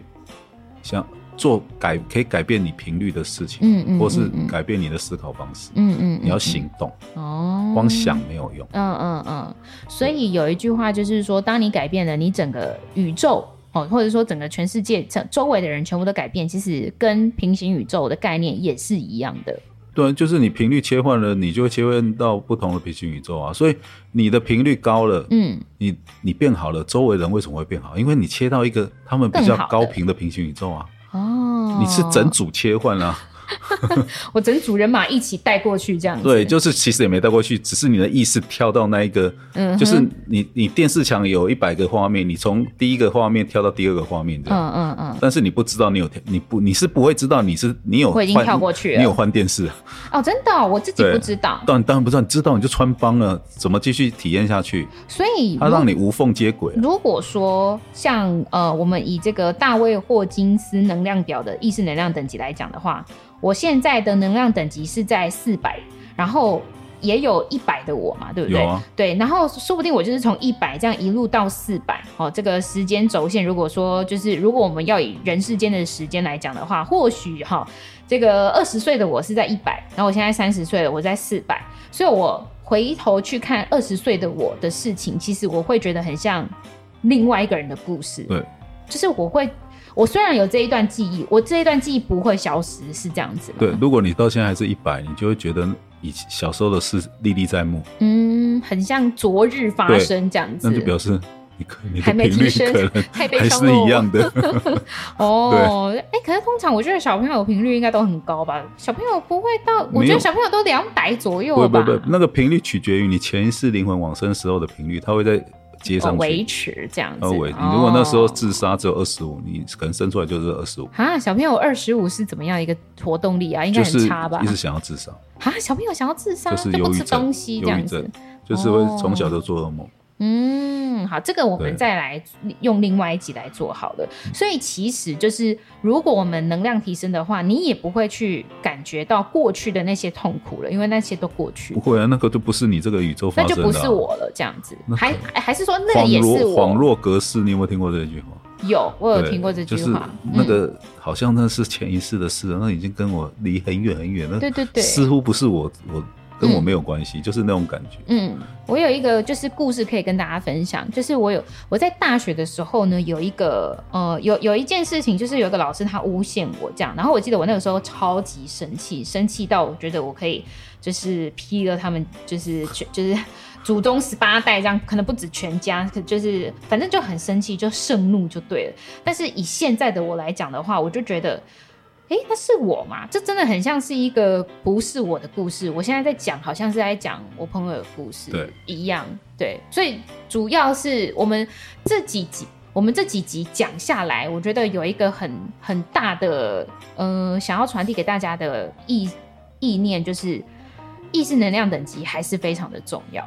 S2: 想做改可以改变你频率的事情，
S1: 嗯嗯
S2: 或是
S1: 嗯嗯
S2: 改变你的思考方式？
S1: 嗯嗯，嗯
S2: 你要行动，
S1: 哦，
S2: 光想没有用。
S1: 嗯嗯嗯，所以有一句话就是说，当你改变了你整个宇宙。哦，或者说整个全世界、整周围的人全部都改变，其实跟平行宇宙的概念也是一样的。
S2: 对，就是你频率切换了，你就会切换到不同的平行宇宙啊。所以你的频率高了，
S1: 嗯，
S2: 你你变好了，周围人为什么会变好？因为你切到一个他们比
S1: 更
S2: 较
S1: 好的
S2: 高频的平行宇宙啊。
S1: 哦，
S2: 你是整组切换啊啦、
S1: 我整组人马一起带过去这样子。
S2: 对，就是其实也没带过去，只是你的意识跳到那一个，
S1: 嗯哼
S2: 就是你你电视墙有一百个画面，你从第一个画面跳到第二个画面这样，
S1: 嗯嗯嗯，
S2: 但是你不知道你有跳你不你是不会知道你是你有
S1: 我已经
S2: 换
S1: 跳过去了
S2: 你有换电视啊，
S1: 哦，真的哦、我自己
S2: 对
S1: 不知道，
S2: 当然当然不知道，你知道你就穿帮了，怎么继续体验下去？
S1: 所以
S2: 它
S1: 如
S2: 让你无缝接轨啊、
S1: 如果说像呃，我们以这个大卫霍金斯能量表的意识能量等级来讲的话，我现在的能量等级是在四百，然后也有一百的我嘛，对不对？
S2: 有啊
S1: 对，然后说不定我就是从一百这样一路到四百，哦，这个时间轴线，如果说就是如果我们要以人世间的时间来讲的话，或许哈、这个二十岁的我是在一百，然后我现在三十岁了，我在四百，所以我回头去看二十岁的我的事情，其实我会觉得很像另外一个人的故事。
S2: 对，
S1: 就是我会，我虽然有这一段记忆，我这一段记忆不会消失，是这样子吗？
S2: 对，，如果你到现在还是一百，你就会觉得以前小时候的事历历在目，
S1: 嗯，很像昨日发生这样子
S2: 那就。表示你可你的
S1: 还没
S2: 频率
S1: 提升
S2: 可能
S1: 还被
S2: 还
S1: 烧了
S2: 是一样的。
S1: 哦，哎、可是通常我觉得小朋友的频率应该都很高吧？小朋友不会到，我
S2: 没
S1: 觉
S2: 有
S1: 得小朋友都两百左右
S2: 不
S1: 吧，哦
S2: 不不，那个频率取决于你前一世灵魂往生时候的频率，它会在接
S1: 哦
S2: 上
S1: 维
S2: 去。
S1: 持这样子。
S2: 二维，你如果那时候
S1: 哦
S2: 自杀只有二十五，你可能生出来就是二十五，
S1: 啊，小朋友二十五是怎么样一个活动力啊？应该
S2: 就是
S1: 很差吧？
S2: 一直想要自杀，
S1: 啊，小朋友想要自杀，
S2: 就是
S1: 不
S2: 忧郁
S1: 吃
S2: 症
S1: 东，西这
S2: 忧郁
S1: 样
S2: 症
S1: 子。
S2: 就是会从小
S1: 哦
S2: 就做噩梦。
S1: 嗯，好，这个我们
S2: 对
S1: 再来用另外一集来做好了。所以其实就是，如果我们能量提升的话，你也不会去感觉到过去的那些痛苦了，因为那些都过去
S2: 不，会啊，那个就不是你这个宇宙发
S1: 那
S2: 生
S1: 就
S2: 的、啊。
S1: 不是我了。这样子，
S2: 那
S1: 还还是说那个
S2: 恍
S1: 也
S2: 若
S1: 是
S2: 恍
S1: 我？
S2: 若隔世，你有没有听过这句话？
S1: 有，我有
S2: 对
S1: 听过这句
S2: 就是
S1: 话。
S2: 那
S1: 嗯，
S2: 个好像那是前一世的事啊了，那已经跟我离很远很远了。
S1: 对对对
S2: 似乎不是我，我跟我没有关系，就是那种感觉。
S1: 嗯，我有一个就是故事可以跟大家分享，就是我有我在大学的时候呢，有一个呃有有一件事情，就是有一个老师他诬陷我这样，然后我记得我那个时候超级生气，生气到我觉得我可以就是劈了他们，就是全就是祖宗十八代这样，可能不止全家，可就是反正就很生气，就盛怒就对了。但是以现在的我来讲的话，我就觉得。诶，那是我嘛？这真的很像是一个不是我的故事。我现在在讲，好像是在讲我朋友的故事，
S2: 对，
S1: 一样，对。所以主要是我们这几集，我们这几集讲下来，我觉得有一个很很大的，呃，想要传递给大家的意意念，就是意识能量等级还是非常的重要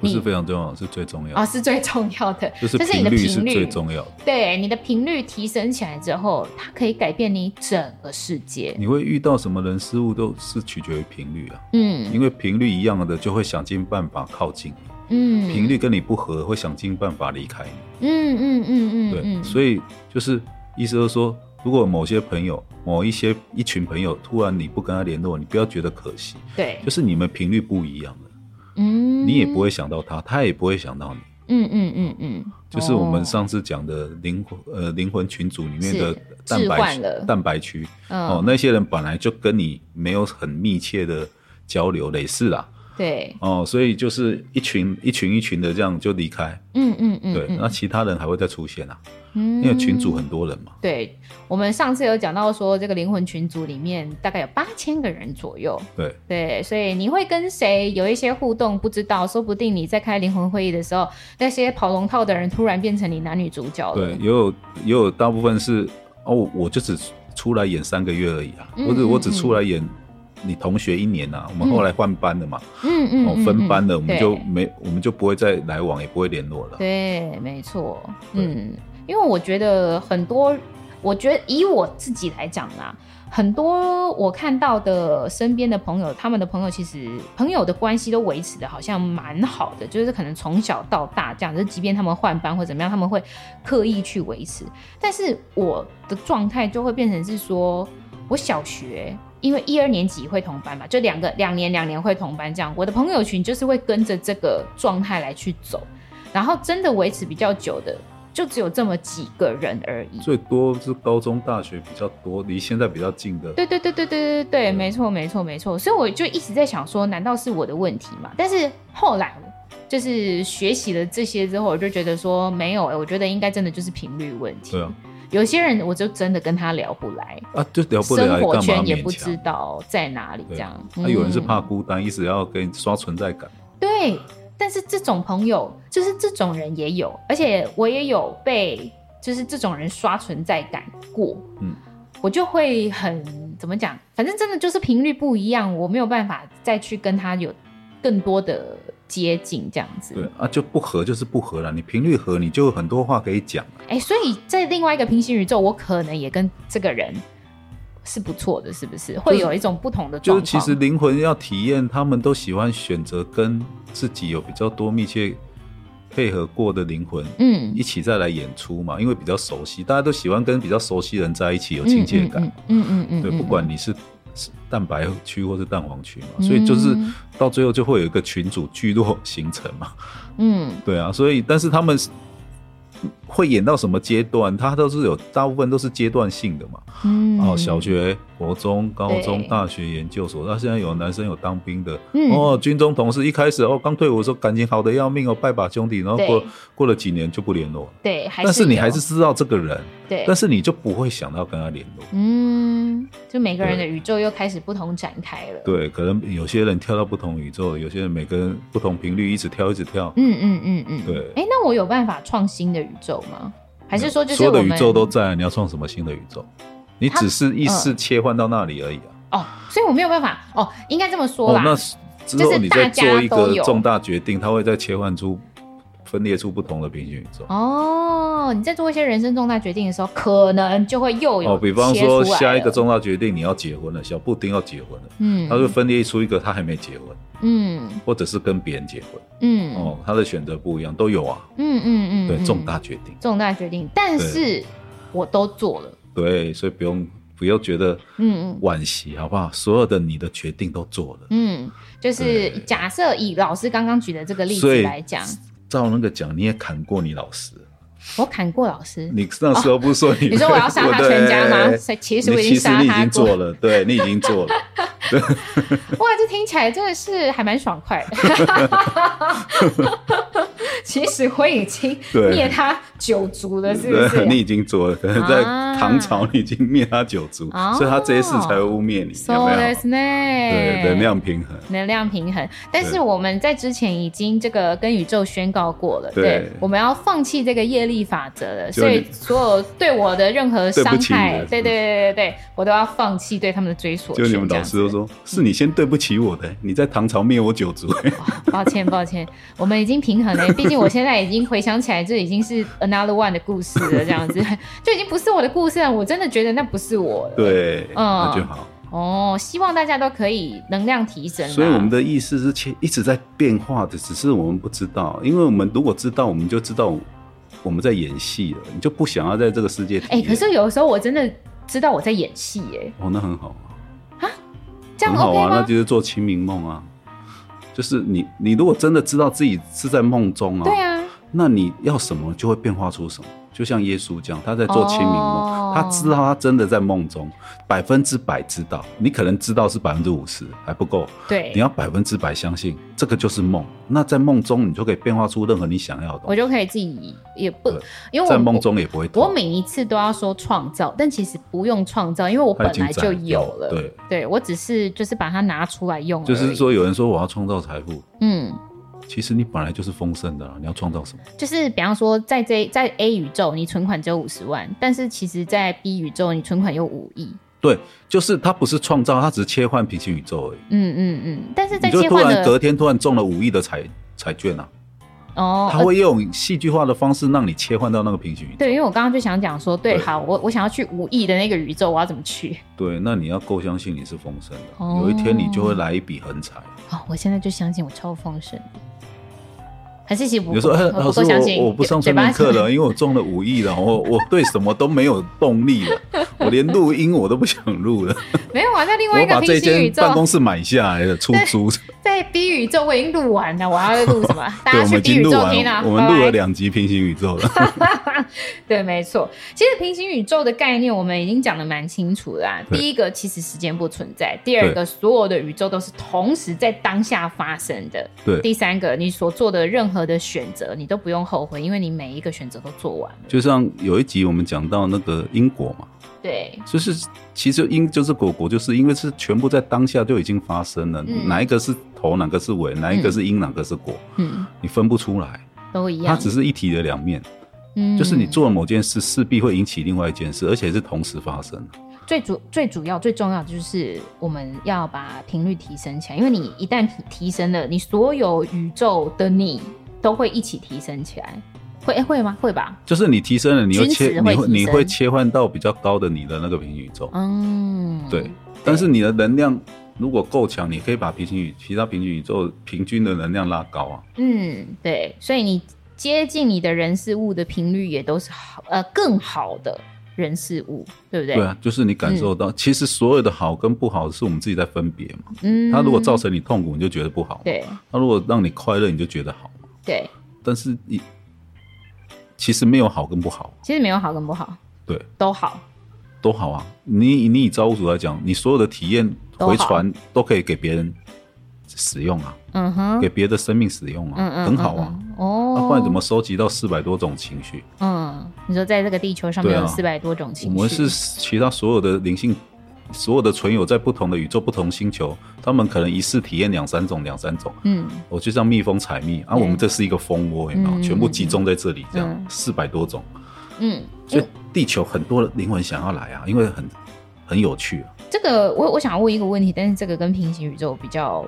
S2: 不是
S1: 你
S2: 非常重要，是最重要
S1: 啊、，是最重要的，
S2: 就是
S1: 这是你的
S2: 频率是
S1: 频率
S2: 最重要的。
S1: 对你的频率提升起来之后，它可以改变你整个世界。
S2: 你会遇到什么人事物都是取决于频率啊，
S1: 嗯
S2: 因为频率一样的就会想尽办法靠近你，
S1: 嗯，
S2: 频率跟你不合会想尽办法离开你。
S1: 嗯嗯嗯嗯，
S2: 对，
S1: 嗯，
S2: 所以就是意思就是说，如果某些朋友、某一些一群朋友突然你不跟他联络，你不要觉得可惜，
S1: 对，
S2: 就是你们频率不一样了，
S1: 嗯，
S2: 你也不会想到他，他也不会想到你。
S1: 嗯，嗯嗯嗯嗯，
S2: 就是我们
S1: 哦
S2: 上次讲的灵魂、呃灵魂群组里面
S1: 是
S2: 的蛋
S1: 置
S2: 白
S1: 换
S2: 区
S1: 了
S2: 蛋白区、
S1: 嗯
S2: 哦，那些人本来就跟你没有很密切的交流，类似啦
S1: 对，
S2: 哦，所以就是一群一群一群的这样就离开，
S1: 嗯嗯嗯，
S2: 对，那其他人还会再出现啊，
S1: 嗯
S2: 因为群组很多人嘛，
S1: 对，我们上次有讲到说，这个灵魂群组里面大概有八千个人左右，
S2: 对。
S1: 对，所以你会跟谁有一些互动，不知道，说不定你在开灵魂会议的时候，那些跑龙套的人突然变成你男女主角了，
S2: 对，也有也有大部分是哦，我我就只出来演三个月而已啊，
S1: 嗯
S2: 我只
S1: 嗯
S2: 我只
S1: 嗯
S2: 出来演你同学一年啊，我们后来换班了嘛，
S1: 嗯，嗯嗯，
S2: 哦分班了，
S1: 嗯
S2: 我们就没我们就不会再来往，也不会联络了。
S1: 对，没错，
S2: 对
S1: 嗯，因为我觉得很多，我觉得以我自己来讲啦，很多我看到的身边的朋友，他们的朋友其实朋友的关系都维持的好像蛮好的，就是可能从小到大这样，就是即便他们换班或怎么样，他们会刻意去维持。但是我的状态就会变成是说，我小学。因为一二年级会同班嘛，就两个两年两年会同班这样，我的朋友群就是会跟着这个状态来去走，然后真的维持比较久的，就只有这么几个人而已。
S2: 最多是高中、大学比较多，离现在比较近的。
S1: 对对对对对对对
S2: 嗯
S1: 对，没错没错没错。所以我就一直在想说，难道是我的问题吗？但是后来就是学习了这些之后，我就觉得说没有、欸我觉得应该真的就是频率问题。
S2: 对啊，
S1: 有些人我就真的跟他聊不来，
S2: 啊，就聊不
S1: 生
S2: 来，
S1: 活
S2: 干嘛
S1: 圈也
S2: 勉
S1: 不知
S2: 强？啊
S1: 道在哪里这样。
S2: 那有人是
S1: 嗯
S2: 怕孤单，一直要给你刷存在感。
S1: 对，但是这种朋友就是这种人也有，而且我也有被就是这种人刷存在感过，
S2: 嗯，
S1: 我就会很怎么讲，反正真的就是频率不一样，我没有办法再去跟他有更多的接近这样子。
S2: 对啊，就不合就是不合了。你频率合，你就有很多话可以讲。啊
S1: 哎、所以在另外一个平行宇宙，我可能也跟这个人是不错的，是不是？会有一种不同的
S2: 就
S1: 状
S2: 是
S1: 况。
S2: 其实灵魂要体验，他们都喜欢选择跟自己有比较多密切配合过的灵魂。
S1: 嗯，
S2: 一起再来演出嘛，因为比较熟悉，大家都喜欢跟比较熟悉人在一起，有亲切感。
S1: 嗯嗯嗯嗯，
S2: 对，
S1: 嗯
S2: 不管你是是蛋白区或是蛋黄区嘛，所以就是
S1: 嗯
S2: 到最后就会有一个群组聚落形成嘛。
S1: 嗯
S2: 对啊，所以但是他们是会演到什么阶段，它都是有大部分都是阶段性的嘛。
S1: 嗯
S2: 哦，小学、国中、高中
S1: 对、
S2: 大学、研究所，那现在有男生有当兵的，
S1: 嗯
S2: 哦，军中同事一开始哦刚退伍的时候感情好的要命哦，拜把兄弟，然后
S1: 对
S2: 过过了几年就不联络了，
S1: 对，还
S2: 但是你
S1: 有
S2: 还是知道这个人，
S1: 对，
S2: 但是你就不会想到跟他联络。
S1: 嗯，就每个人的
S2: 对
S1: 宇宙又开始不同展开了。
S2: 对，可能有些人跳到不同宇宙，有些人每个人不同频率一直跳一直跳，
S1: 嗯嗯嗯嗯，
S2: 对
S1: 哎，那我有办法创新的宇宙吗？还是说就是
S2: 所有
S1: 我
S2: 的
S1: 们
S2: 宇宙都在，你要创什么新的宇宙？你
S1: 他嗯
S2: 只是意识切换到那里而已啊。
S1: 哦，所以我没有办法哦，应该这么说
S2: 哦
S1: 啦，。
S2: 那是之后你再做
S1: 就是
S2: 一
S1: 大家都
S2: 个
S1: 有
S2: 重大决定，它会再切换出、分裂出不同的平行宇宙。
S1: 哦，你在做一些人生重大决定的时候，可能就会又有
S2: 哦，比方
S1: 切出
S2: 说
S1: 来
S2: 下一
S1: 了
S2: 个，重大决定，你要结婚了，小布丁要结婚了，
S1: 嗯，
S2: 他会分裂出一个他还没结婚，
S1: 嗯
S2: 或者是跟别人结婚。
S1: 嗯
S2: 哦，他的选择不一样，都有啊。
S1: 嗯嗯嗯，
S2: 对，
S1: 嗯
S2: 重大决定，
S1: 重大决定，但
S2: 对
S1: 是我都做了，
S2: 对，所以不用不要觉得
S1: 嗯嗯
S2: 惋惜，好不好？所有的你的决定都做了。
S1: 嗯，就是
S2: 对
S1: 假设以老师刚刚举的这个例
S2: 所
S1: 子
S2: 以
S1: 来讲，
S2: 照那个讲，你也砍过你老师，
S1: 我砍过老师，
S2: 你那时候不是说你、
S1: *laughs* 你说我要杀他全家吗？
S2: 对
S1: 所以其实我
S2: 你
S1: 已经杀
S2: 你已
S1: 他
S2: 经
S1: 过
S2: 做了，对你已经做了，
S1: 哇，这听起来真的是还蛮爽
S2: *laughs*
S1: 快的。其实我已经
S2: 对
S1: 灭他九族了， *laughs* 是不
S2: 对，你
S1: 是？
S2: 已经做了，可能在
S1: 啊
S2: 唐朝你已经灭他九族，
S1: 哦
S2: 所以他这一次才会污蔑你，有
S1: 说
S2: 没
S1: 的
S2: 有？
S1: 是呢，
S2: 对，能量平衡，
S1: 能量平衡。但是
S2: 对
S1: 我们在之前已经这个跟宇宙宣告过了，对，
S2: 对
S1: 我们要放弃这个业力法则了，
S2: 就
S1: 所以
S2: 你
S1: 所有对我的任何
S2: 对
S1: 伤
S2: 不起
S1: 害
S2: 你了，
S1: 对对对对对，我都要放弃对他们的追索
S2: 就
S1: 权。
S2: 你们
S1: 这
S2: 老
S1: 样
S2: 师都
S1: 子
S2: 说，是你先对不起我的，你在唐朝灭我九族， *laughs*
S1: 抱歉，抱歉，我们已经平衡了。毕竟我现在已经回想起来，这已经是 another one 的故事了，这样
S2: *laughs*
S1: 子就已经不是我的故事了。我真的觉得那不是我了。，
S2: 对，
S1: 嗯
S2: 那就好。
S1: 哦，希望大家都可以能量提升啦。啊
S2: 所以我们的意识是切一直在变化的，只是我们不知道，因为我们如果知道，我们就知道我们在演戏了，你就不想要在这个世界体
S1: 哎、
S2: 验。
S1: 可是有时候我真的知道我在演戏，哎，
S2: 哦，那很好啊，
S1: 这样
S2: 很好
S1: OK
S2: 啊，那
S1: 吗？
S2: 就是做清明梦啊。就是你，你如果真的知道自己是在梦中啊，
S1: 对啊，
S2: 那你要什么就会变化出什么。就像耶稣这样，他在做清明梦，
S1: 哦
S2: 他知道他真的在梦中，百分之百知道。你可能知道是百分之五十还不够，
S1: 对
S2: 你，要百分之百相信这个就是梦。那在梦中，你就可以变化出任何你想要的
S1: 我
S2: 东西。
S1: 就可以自己也不
S2: 对，
S1: 因为我
S2: 在梦中也不会
S1: 我
S2: 痛。
S1: 每一次都要说创造，但其实不用创造，因为我
S2: 它已
S1: 本
S2: 经
S1: 来就
S2: 在
S1: 有了。
S2: 对，
S1: 我只是就是把它拿出来用。
S2: 就是，说，有人说我要创造财富，
S1: 嗯。
S2: 其实你本来就是丰盛的、啊，你要创造什么？
S1: 就是比方说在这在 A 宇宙你存款只有五十万，但是其实在 B 宇宙你存款有五亿。
S2: 对，就是它不是创造，它只是切换平行宇宙而已。
S1: 嗯嗯嗯，但是在
S2: 你就
S1: 切
S2: 突
S1: 换
S2: 然隔
S1: 的
S2: 天突然中了五亿的彩彩券啊，
S1: 哦，
S2: 它
S1: 呃
S2: 会用戏剧化的方式让你切换到那个平行宇宙。
S1: 对，因为我刚刚就想讲说，对，
S2: 对
S1: 好，我我想要去五亿的那个宇宙，我要怎么去？
S2: 对，那你要够相信你是丰盛的，
S1: 哦
S2: 有一天你就会来一笔横财。
S1: 哦，我现在就相信我超丰盛，还是其实不
S2: 你就说， *laughs* 哎，
S1: 我
S2: 老
S1: 呃不
S2: 师，
S1: 够相信，
S2: 我我不上
S1: 嘴
S2: 催
S1: 巴
S2: 眠课了，因为我中了五亿了，我我对什么都没有动力了，我连录音我都不想
S1: *laughs*
S2: 录了，
S1: *laughs* 没有啊，在另外
S2: 我
S1: 一个
S2: 把
S1: 平
S2: 这
S1: 行宇
S2: 间
S1: 宙，
S2: 办公室买下来了，出租。
S1: 在 B 宇宙我已经录完了，我要录什么？大家
S2: *laughs* 对，我
S1: 去
S2: 们已
S1: B
S2: 经
S1: 宇
S2: 录
S1: 宙
S2: 完
S1: 听啊，，
S2: 我们录
S1: 拜
S2: 了
S1: 拜
S2: 两集平行宇宙了。
S1: 对，没错。其实平行宇宙的概念我们已经讲的蛮清楚啦、
S2: 对
S1: 第一个，其实时间不存在；第二个，所有的宇宙都是同时在当下发生的；
S2: 对，
S1: *laughs* 第三个，你所做的任何的选择，你都不用后悔，因为你每一个选择都做完了。
S2: 就像有一集我们讲到那个因果嘛，
S1: 对，
S2: 就是其实因就是果，果就是因为是全部在当下就已经发生了，
S1: 嗯
S2: 哪一个是头，哪个是尾，哪一个是因，哪个是果，
S1: 嗯，
S2: 你分不出来，
S1: 都一
S2: 它
S1: 样。
S2: 只是一体的两面，
S1: 嗯
S2: 就是你做了某件事，势必会引起另外一件事，而且是同时发生。
S1: 最主最主要最重要的就是我们要把频率提升起来，因为你一旦提提升了，你所有宇宙的你都会一起提升起来。会、诶会吗？会吧？
S2: 就是你提升了，你又
S1: 均值会
S2: 切，你会
S1: 提
S2: 你会
S1: 升
S2: 切换到比较高的你的那个平行宇宙。
S1: 嗯，
S2: 对，但是你的能量如果够强，你可以把平行宇其他平行宇宙平均的能量拉高啊。
S1: 嗯，对，所以你接近你的人事物的频率也都是好，呃，更好的人事物，对不对？
S2: 对啊，就是你感受到，其实所有的好跟不好是我们自己在分别嘛。
S1: 嗯，
S2: 它如果造成你痛苦，你就觉得不好；
S1: 对
S2: 它如果让你快乐，你就觉得好。
S1: 对，
S2: 但是你其实没有好跟不好，
S1: 其实没有好跟不好，
S2: 对，
S1: 都好，
S2: 都好啊。你你以造物主来讲，你所有的体验
S1: 都好
S2: 回传都可以给别人使用啊，
S1: 嗯哼，
S2: 给别的生命使用啊，
S1: 嗯嗯，
S2: 很好啊。
S1: 嗯，嗯哦，
S2: 那、不然怎么？收集到四百多种情绪？
S1: 嗯，你说在这个地球上面
S2: 对啊
S1: 有四百多种情
S2: 我
S1: 绪，
S2: 们是其他所有的灵性，所有的存有在不同的宇宙、不同星球，他们可能一次体验两三种、两三种。
S1: 嗯
S2: 我就像蜜蜂采蜜啊，
S1: 对
S2: 我们这是一个蜂窝，有没有？
S1: 嗯
S2: 全部集中在这里，这样
S1: 嗯
S2: 四百多种。
S1: 嗯，
S2: 所以地球很多灵魂想要来啊，因为很很有趣啊。
S1: 这个我我想问一个问题，但是这个跟平行宇宙比较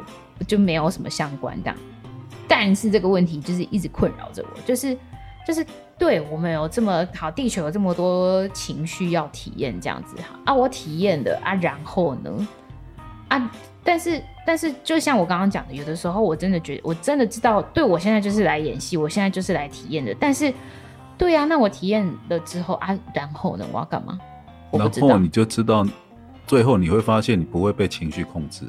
S1: 就没有什么相关的，但是这个问题就是一直困扰着我，就是就是对我们有这么好，地球有这么多情绪要体验这样子哈啊，我体验了啊，然后呢啊，但是但是就像我刚刚讲的，有的时候我真的觉得我真的知道，对我现在就是来演戏，我现在就是来体验的，但是对呀、那我体验了之后啊，然后呢，我要干嘛？我不
S2: 然
S1: 知
S2: 后
S1: 道。
S2: 你就知道，最后你会发现你不会被情绪控制，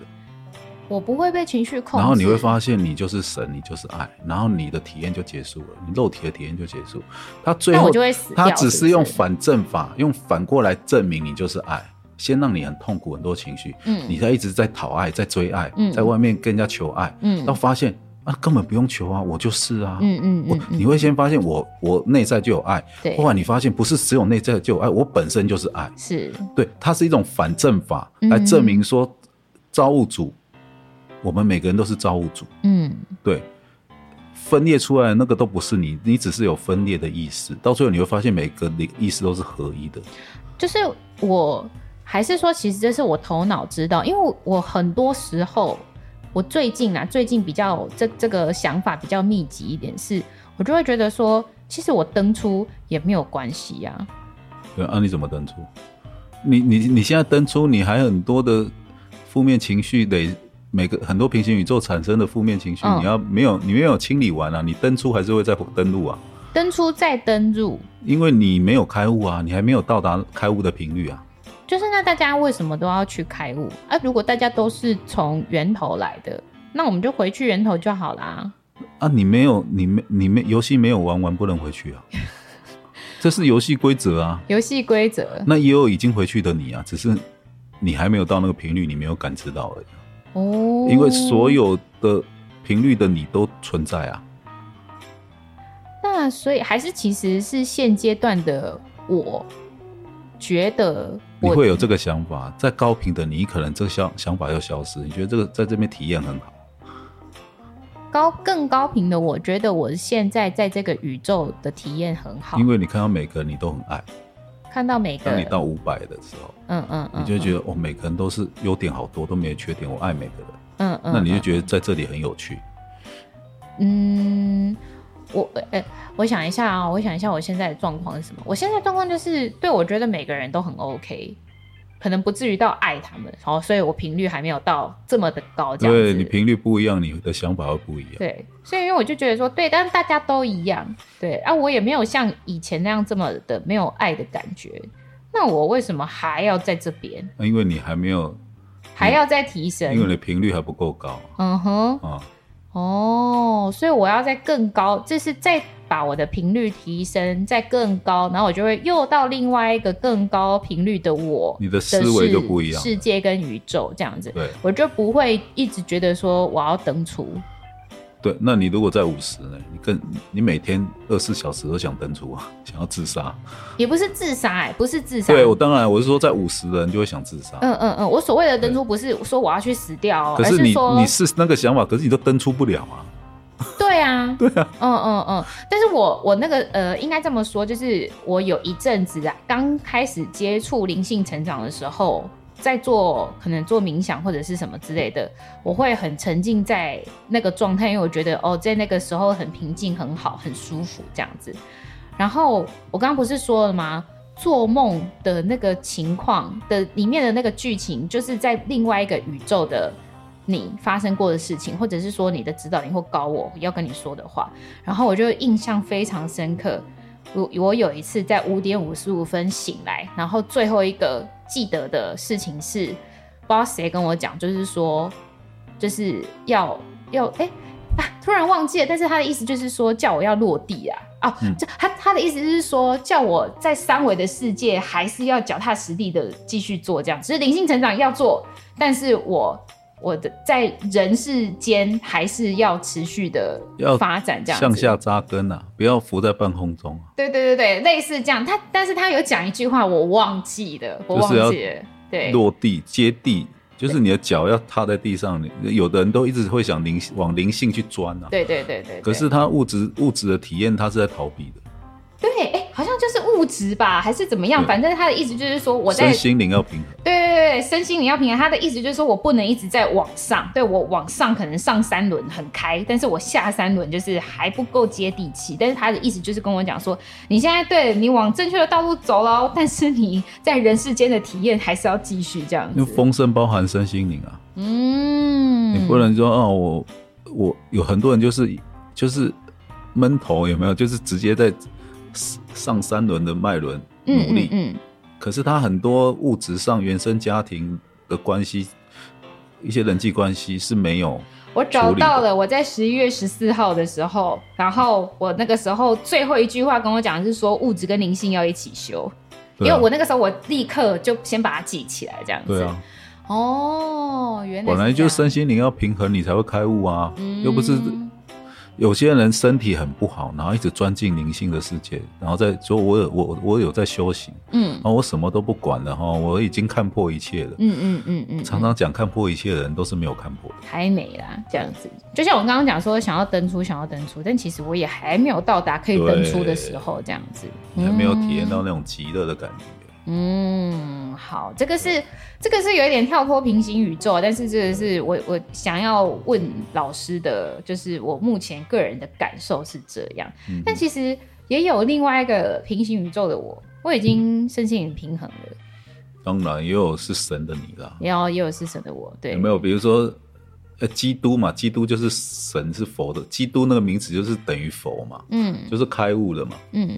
S1: 我不会被情绪控制。
S2: 然后你会发现你就是神，你就是爱，然后你的体验就结束了，你肉体的体验就结束。他最
S1: 那
S2: 后
S1: 我就会死掉
S2: 他只
S1: 是不
S2: 是
S1: 是
S2: 用反证法，用反过来证明你就是爱，先让你很痛苦，很多情绪，
S1: 嗯
S2: 你在一直在讨爱，在追爱，
S1: 嗯
S2: 在外面跟人家求爱，
S1: 嗯
S2: 到发现啊根本不用求啊，我就是啊，
S1: 嗯嗯
S2: 我
S1: 嗯嗯，
S2: 你会先发现我我内在就有爱，
S1: 对
S2: 后来你发现不是只有内在就有爱，我本身就是爱，
S1: 是
S2: 对，它是一种反证法
S1: 嗯
S2: 来证明说造物主，我们每个人都是造物主，
S1: 嗯
S2: 对，分裂出来的那个都不是你，你只是有分裂的意识，到最后你会发现每个灵意识都是合一的，
S1: 就是我还是说，其实这是我头脑知道，因为我我很多时候，我最近啊，最近比较这这个想法比较密集一点是，我就会觉得说，其实我登出也没有关系呀、啊。
S2: 对啊，你怎么登出？你你你现在登出，你还很多的负面情绪得。每个很多平行宇宙产生的负面情绪，
S1: 嗯
S2: 你要没有你没有清理完啊，你登出还是会再登录啊。
S1: 登出再登入，
S2: 因为你没有开悟啊，你还没有到达开悟的频率啊。
S1: 就是那大家为什么都要去开悟啊？如果大家都是从源头来的，那我们就回去源头就好啦。
S2: 啊，你没有，你没，你没游戏没有玩完不能回去
S1: *laughs*
S2: 啊，这是游戏规则啊。
S1: 游戏规则
S2: 那也有已经回去的你啊，只是你还没有到那个频率，你没有感知到而已。啊
S1: 哦，
S2: 因为所有的频率的你都存在啊，
S1: 那所以还是其实是现阶段的我，觉得
S2: 你
S1: 我
S2: 会有这个想法，在高频的你，可能这个想想法要消失。你觉得这个在这边体验很好，
S1: 高更高频的，我觉得我现在在这个宇宙的体验很好，
S2: 因为你看到每个人你都很爱。
S1: 看到每个
S2: 当你到五百的时候，
S1: 嗯嗯嗯，
S2: 你就会觉
S1: 得
S2: 得哦，每个人都是优点好多，都没有缺点，我爱每个人。
S1: 嗯嗯嗯，
S2: 那你就觉得在这里很有趣。
S1: 嗯，我呃，我想一下啊，我想一下我现在的状况是什么？我现在的状况就是，对我觉得每个人都很 OK，可能不至于到爱他们，好、所以我频率还没有到这么的高，这样子。
S2: 对你频率不一样，你的想法会不一样。
S1: 对，所以因为我就觉得说，对，但是大家都一样，对啊，我也没有像以前那样这么的没有爱的感觉，那我为什么还要在这边，
S2: 那因为你还没有，
S1: 还要再提
S2: 因为你
S1: 升？
S2: 的频率还不够高
S1: 嗯哼，
S2: 啊。
S1: 哦，所以我要再更高，就是再把我的频率提升再更高，然后我就会又到另外一个更高频率的我，
S2: 你的思维就不一样了
S1: 世界跟宇宙这样子，
S2: 对
S1: 我就不会一直觉得说我要登出，
S2: 对，那你如果在五十呢？你更你每天二十四小时都想登出啊， *laughs* 想要自杀。
S1: 也不是自杀、哎，不是自杀，
S2: 对我当然我是说，在五十的人就会想自杀。
S1: 嗯嗯嗯，我所谓的登出不是说我要去死掉哦，
S2: 可
S1: 而
S2: 是你
S1: 说
S2: 你是那个想法，可是你都登出不了啊。
S1: 对啊，
S2: *laughs* 对啊，
S1: 嗯嗯嗯。但是我我那个呃，应该这么说，就是我有一阵子啊，刚开始接触灵性成长的时候，在做可能做冥想或者是什么之类的，我会很沉浸在那个状态，因为我觉得哦，在那个时候很平静、很好、很舒服这样子。然后我刚刚不是说了吗？做梦的那个情况的里面的那个剧情，就是在另外一个宇宙的你发生过的事情，或者是说你的指导灵或高我要跟你说的话。然后我就印象非常深刻，我我有一次在五点五十五分醒来，然后最后一个记得的事情是，不知道谁跟我讲，就是说，就是要要哎、啊，突然忘记了，但是他的意思就是说叫我要落地啊啊，
S2: 嗯
S1: 这、他他的意思是说叫我在三维的世界还是要脚踏实地的继续做这样，只是灵性成长要做，但是我。我的在人世间还是要持续的
S2: 要
S1: 发展，这样
S2: 向
S1: 子
S2: 下扎根啊，不要浮在半空中啊，
S1: 对对对对，类似这样。他但是他有讲一句话，我忘记了，我忘
S2: 就是
S1: 记了。对
S2: 落地接地，就是你的脚要踏在地上。你有的人都一直会想灵往灵性去钻啊，
S1: 对对对对，
S2: 可是他物质物质的体验，他是在逃避的。
S1: 对对，哎、好像就是物质吧，还是怎么样？
S2: 对
S1: 反正他的意思就是说，我在
S2: 身
S1: 对
S2: 心灵要平衡。
S1: 对对对身心灵要平衡。他的意思就是说我不能一直在往上，对我往上可能上三轮很开，但是我下三轮就是还不够接地气。但是他的意思就是跟我讲说，你现在对你往正确的道路走了，但是你在人世间的体验还是要继续这样
S2: 因为
S1: 子。
S2: 丰盛包含身心灵啊，
S1: 嗯，
S2: 你不能说哦，我我有很多人就是就是闷头有没有？就是直接在上三轮的脉轮努力，
S1: 嗯嗯嗯
S2: 可是他很多物质上原生家庭的关系，一些人际关系是没有
S1: 我找
S2: 处理的
S1: 到了，我在十一月十四号的时候，然后我那个时候最后一句话跟我讲的是说物质跟灵性要一起修，
S2: 对
S1: 因
S2: 啊
S1: 为我那个时候我立刻就先把它记起来，这样子。
S2: 对啊，
S1: 哦，原来
S2: 本来
S1: 是这
S2: 就
S1: 样
S2: 身，心灵要平衡，你才会开悟啊，
S1: 嗯
S2: 又不是。有些人身体很不好，然后一直钻进灵性的世界，然后再说我有我我有在修行，
S1: 嗯
S2: 然哦后我什么都不管了哈，我已经看破一切了。
S1: 嗯嗯嗯嗯，
S2: 常常讲看破一切的人都是没有看破的。
S1: 还没啦，这样子。就像我刚刚讲说，想要登出，想要登出，但其实我也还没有到达可以登出的时候，这样子。
S2: 你还没有体验
S1: 嗯
S2: 到那种极乐的感觉，
S1: 嗯，好，这个是这个是有一点跳脱平行宇宙，啊但是这个是我我想要问老师的，就是我目前个人的感受是这样。
S2: 嗯
S1: 但其实也有另外一个平行宇宙的我，我已经身心很平衡了，
S2: 当然也有是神的你啦，
S1: 然后也有是神的我，对，
S2: 有没有？比如说，呃，基督嘛，基督就是神是佛的，基督那个名词就是等于佛嘛，
S1: 嗯
S2: 就是开悟了嘛。
S1: 嗯，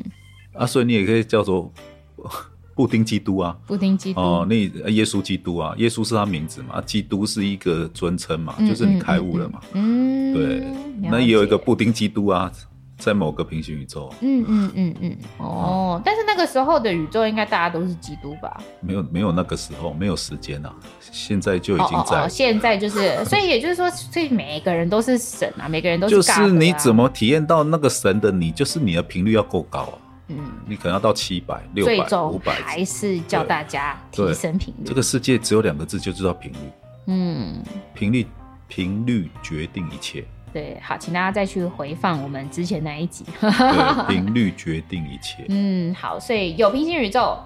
S2: 啊，所以你也可以叫做 *laughs* 布丁基督啊，
S1: 布丁基督，
S2: 哦，你呃耶稣基督啊，耶稣是他名字嘛，啊基督是一个尊称嘛，
S1: 嗯
S2: 就是你开悟了嘛。，
S1: 嗯，嗯
S2: 对，那也有一个，布丁基督啊，在某个平行宇宙，啊
S1: 嗯了解嗯嗯嗯，嗯哦，但是那个时候的宇宙应该大家都是基督吧？
S2: 没有没有那个时候，没有时间啊，现在就已经在
S1: 哦哦
S2: 了。
S1: 哦。现在就是，所以也就是说，所以每一个人都是神啊，每个人都、
S2: 就是
S1: God 啊
S2: 是你怎，么体验到那个神的你，就是你的频率要够高啊，
S1: 嗯，
S2: 你可能要到七百、六
S1: 最
S2: 百、五
S1: 终
S2: 百。
S1: 还是叫大家提
S2: 对
S1: 升频率。
S2: 这个世界只有两个字，就知道频率，
S1: 嗯，
S2: 频率频率决定一切，
S1: 对，好，请大家再去回放我们之前那一集。 *laughs*
S2: 对，频率决定一切，
S1: 嗯，好，所以有平行宇宙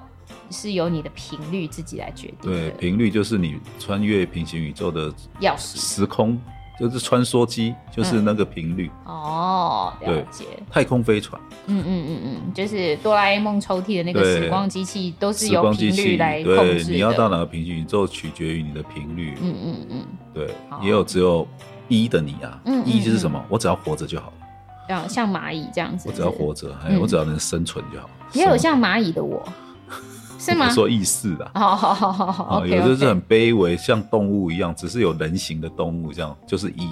S1: 是由你的频率自己来决定
S2: 对，
S1: 的
S2: 频率就是你穿越平行宇宙的
S1: 钥匙。
S2: 时空，就是穿梭机，就是
S1: 嗯
S2: 那个频率，
S1: 哦，了
S2: 对
S1: 解。
S2: 太空飞船，
S1: 嗯嗯嗯嗯，就是哆啦 A 梦抽屉的那个
S2: 对
S1: 时光机器，都是
S2: 时
S1: 由
S2: 光
S1: 频
S2: 机
S1: 率
S2: 器，
S1: 来控制
S2: 对，
S1: 的。
S2: 你要到哪个平行宇宙，取决于你的频率，
S1: 嗯嗯嗯。
S2: 对
S1: 好，
S2: 也有只有一的你啊
S1: 嗯，
S2: 一就是
S1: 嗯
S2: 什么？我只要活着就好了。
S1: 像像蚂蚁这样子，
S2: 我只要活着，哎，
S1: 嗯
S2: 我只要能生存就好。
S1: 也有像蚂蚁的我，是
S2: 生
S1: 吗
S2: 我？说意识啦，
S1: 好好好好好
S2: 啊，
S1: ，OK，
S2: 有的就是很卑微，像动物一样，只是有人形的动物，这样就是一，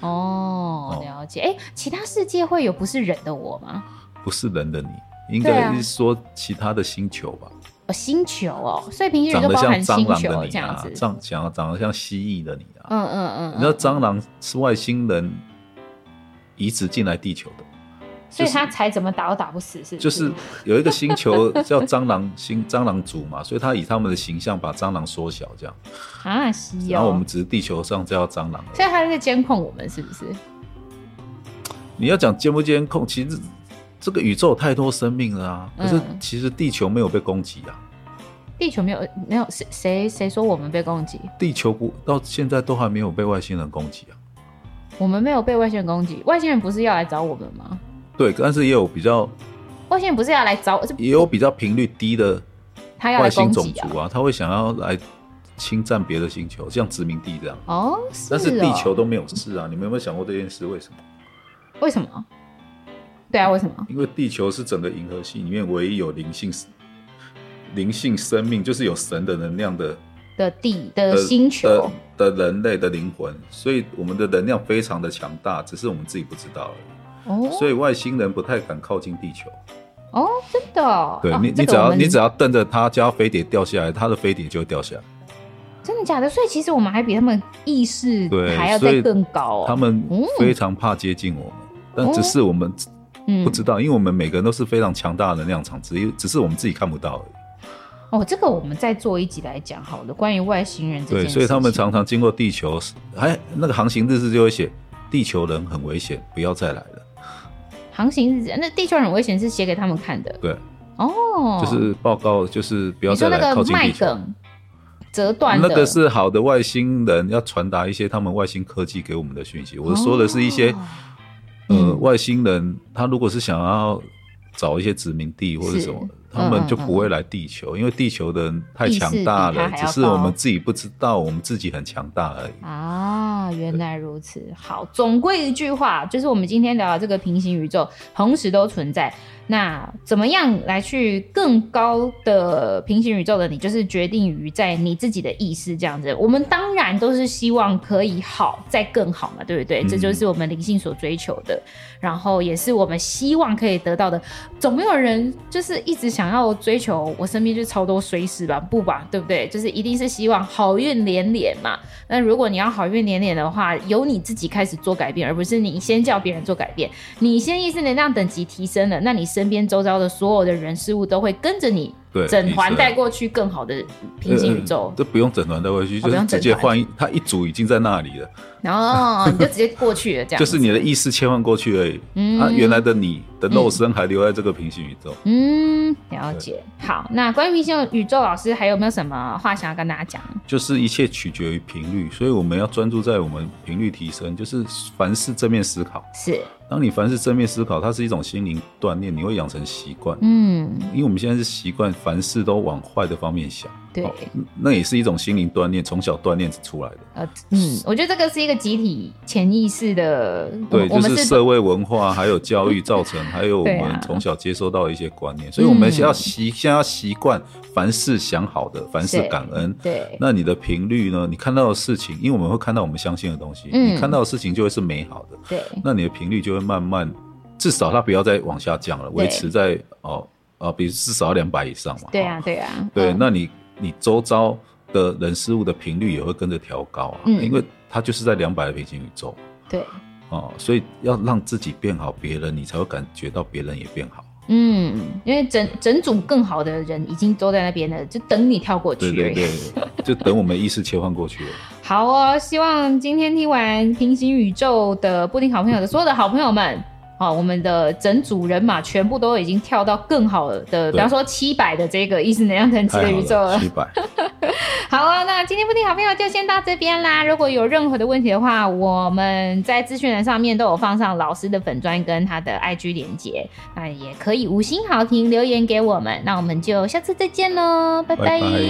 S1: 哦
S2: 哦，
S1: 了解。哎，其他世界会有不是人的我吗？
S2: 不是人的你。应
S1: 对
S2: 该
S1: 啊
S2: 是说其他的星球吧，
S1: 哦，星球哦，所以平均宇
S2: 长
S1: 宙
S2: 得
S1: 包
S2: 像
S1: 含星
S2: 蟑螂
S1: 球
S2: 的
S1: 这
S2: 你
S1: 样
S2: 啊
S1: 子，。
S2: 长想要长得像蜥蜴的你啊，
S1: 嗯嗯嗯，
S2: 你知道
S1: 嗯
S2: 蟑螂是外星人移植进来地球的，
S1: 所以他才怎么打都打不死，是不
S2: 就是有一个星球叫蟑螂星蟑螂族嘛，所以他以他们的形象把蟑螂缩小这样，
S1: 啊，西
S2: 然后我
S1: 哦
S2: 们，只是地球上叫蟑螂而已。
S1: 所以他在监控我们，是不是？
S2: 你要讲监不监控，其实这个宇宙有太多生命了啊。
S1: 嗯
S2: 可是其实地球没有被攻击啊，
S1: 地球没有没有谁谁谁说我们被攻击？
S2: 地球不到现在都还没有被外星人攻击啊。
S1: 我们没有被外星人攻击，外星人不是要来找我们吗？
S2: 对，但是也有比较
S1: 外星人不是要来找我，是
S2: 也有比较频率低的
S1: 他要来
S2: 外星
S1: 攻
S2: 种
S1: 击啊？
S2: 族啊，他会想要来侵占别的星球，像殖民地这样。
S1: 哦，是
S2: 但是
S1: 哦
S2: 地球都没有事啊，你们有没有想过这件事？为什么？
S1: 为什么？对啊，为什么？
S2: 因为地球是整个银河系里面唯一有灵性灵性生命，就是有神的能量的
S1: 的地的
S2: 的
S1: 星球，
S2: 的的人类的灵魂，所以我们的能量非常的强大，只是我们自己不知道而已。
S1: 哦
S2: 所以外星人不太敢靠近地球。
S1: 哦，真的哦，
S2: 对
S1: 哦
S2: 你，
S1: 这
S2: 你
S1: 个
S2: 只
S1: 我
S2: 要
S1: 们
S2: 你只要瞪着它，叫它飞碟掉下来，它的飞碟就会掉下来。
S1: 真的假的？所以其实我们还比他们意识
S2: 对，
S1: 还要
S2: 所
S1: 再
S2: 以
S1: 更高哦。
S2: 他们
S1: 嗯
S2: 非常怕接近我们，但只是我们
S1: 嗯
S2: 不知道，因为我们每个人都是非常强大的能量场，只只是我们自己看不到而已。
S1: 哦，这个我们再做一集来讲好了，关于外星人这件
S2: 对，
S1: 事情。
S2: 所以他们常常经过地球，还那个航行日志就会写，地球人很危险，不要再来了。
S1: 航行日志，那地球人很危险是写给他们看的
S2: 对，
S1: 哦，
S2: 就是报告，就是不要
S1: 你说
S2: 再
S1: 那
S2: 来
S1: 个
S2: 靠近
S1: 麦
S2: 地球。
S1: 梗折断的
S2: 那个是好的外星人要传达一些他们外星科技给我们的讯息。我说的是一些、
S1: 哦
S2: 呃
S1: 嗯
S2: 外星人，他如果是想要找一些殖民地或者什么
S1: 是，
S2: 他们就
S1: 嗯嗯嗯
S2: 不会来地球，因为地球的人太强大
S1: 意识
S2: 了
S1: 比，它还
S2: 只
S1: 要
S2: 是我们自己不知道，我们自己很强大而已。
S1: 啊，原来如此。好，总归一句话，就是我们今天聊的这个平行宇宙，同时都存在。那怎么样来去更高的平行宇宙的你，就是决定于在你自己的意识这样子。我们当然都是希望可以好，再更好嘛，对不对？
S2: 嗯
S1: 这就是我们灵性所追求的，然后也是我们希望可以得到的。总没有人就是一直想要追求，我身边就超多衰事吧，不吧，对不对？就是一定是希望好运连连嘛。那如果你要好运连连的话，由你自己开始做改变，而不是你先叫别人做改变。你先意识能量等级提升了，那你身边周遭的所有的人事物都会跟着你
S2: 对，
S1: 整
S2: 意
S1: 团
S2: 思
S1: 带过去更好的平行宇
S2: 呃
S1: 宙，哦
S2: 这不用整团带回去，
S1: 不
S2: 就
S1: 用
S2: 是直接
S1: 整团
S2: 换一，它一组已经在那里了，
S1: 然后你就直接过去了，这样
S2: 就是你的
S1: 意。
S2: 意识切换过去而已。
S1: 嗯
S2: 啊，原来的你的肉身还留在这个平行宇宙。
S1: 嗯，了解。好，那关于平行宇宙老师还有没有什么话想要跟大家讲？
S2: 就是一切取决于频率，所以我们要专注在我们频率提升，就是凡事正面思考。
S1: 是，
S2: 当你凡事正面思考，它是一种心灵锻炼，你会养成习惯。
S1: 嗯，
S2: 因为我们现在是习惯凡事都往坏的方面想，哦
S1: 对，
S2: 那也是一种心灵锻炼，从小锻炼出来的。
S1: 呃，嗯，我觉得这个是一个集体潜意识的，我
S2: 对，
S1: 们我
S2: 就
S1: 们
S2: 是社会文化还有教育造成，还有我
S1: 对啊嗯
S2: 们从小接收到的一些观念，所以我们要习先要习惯凡事想好的，凡事
S1: 是
S2: 感恩。
S1: 对，
S2: 那你的频率呢？你看到的事情，因为我们会看到我们相信的东西，
S1: 嗯
S2: 你看到的事情就会是美好的，
S1: 对，
S2: 那你的频率就会慢慢，至少它不要再往下降了，维持在哦啊，比如至少要两百以上嘛。
S1: 对
S2: 哈
S1: 啊，对啊，
S2: 对，
S1: 嗯
S2: 那你你周遭的人事物的频率也会跟着调高啊，
S1: 嗯
S2: 因为它就是在两百的平行宇宙
S1: 对，
S2: 哦，所以要让自己变好，别人你才会感觉到别人也变好。
S1: 嗯，因为整整组更好的人已经都在那边了，就等你跳过去
S2: 对
S1: 而
S2: 对
S1: 已。
S2: 对，就等我们意识切换过去了。
S1: 好哦，希望今天听完平行宇宙的布丁好朋友的所有的好朋友们。好，我们的整组人马全部都已经跳到更好的，比方说七百的 *laughs* 这个意识能量等级
S2: 太
S1: 的
S2: 好
S1: 宇宙
S2: 了，
S1: 了
S2: 七。百，
S1: *laughs* 好啊，那今天布丁好朋友就先到这边啦。如果有任何的问题的话，我们在资讯栏上面都有放上老师的粉砖跟他的 IG 连接，那也可以五星好评留言给我们。那我们就下次再见喽，拜
S2: 拜
S1: 拜
S2: 拜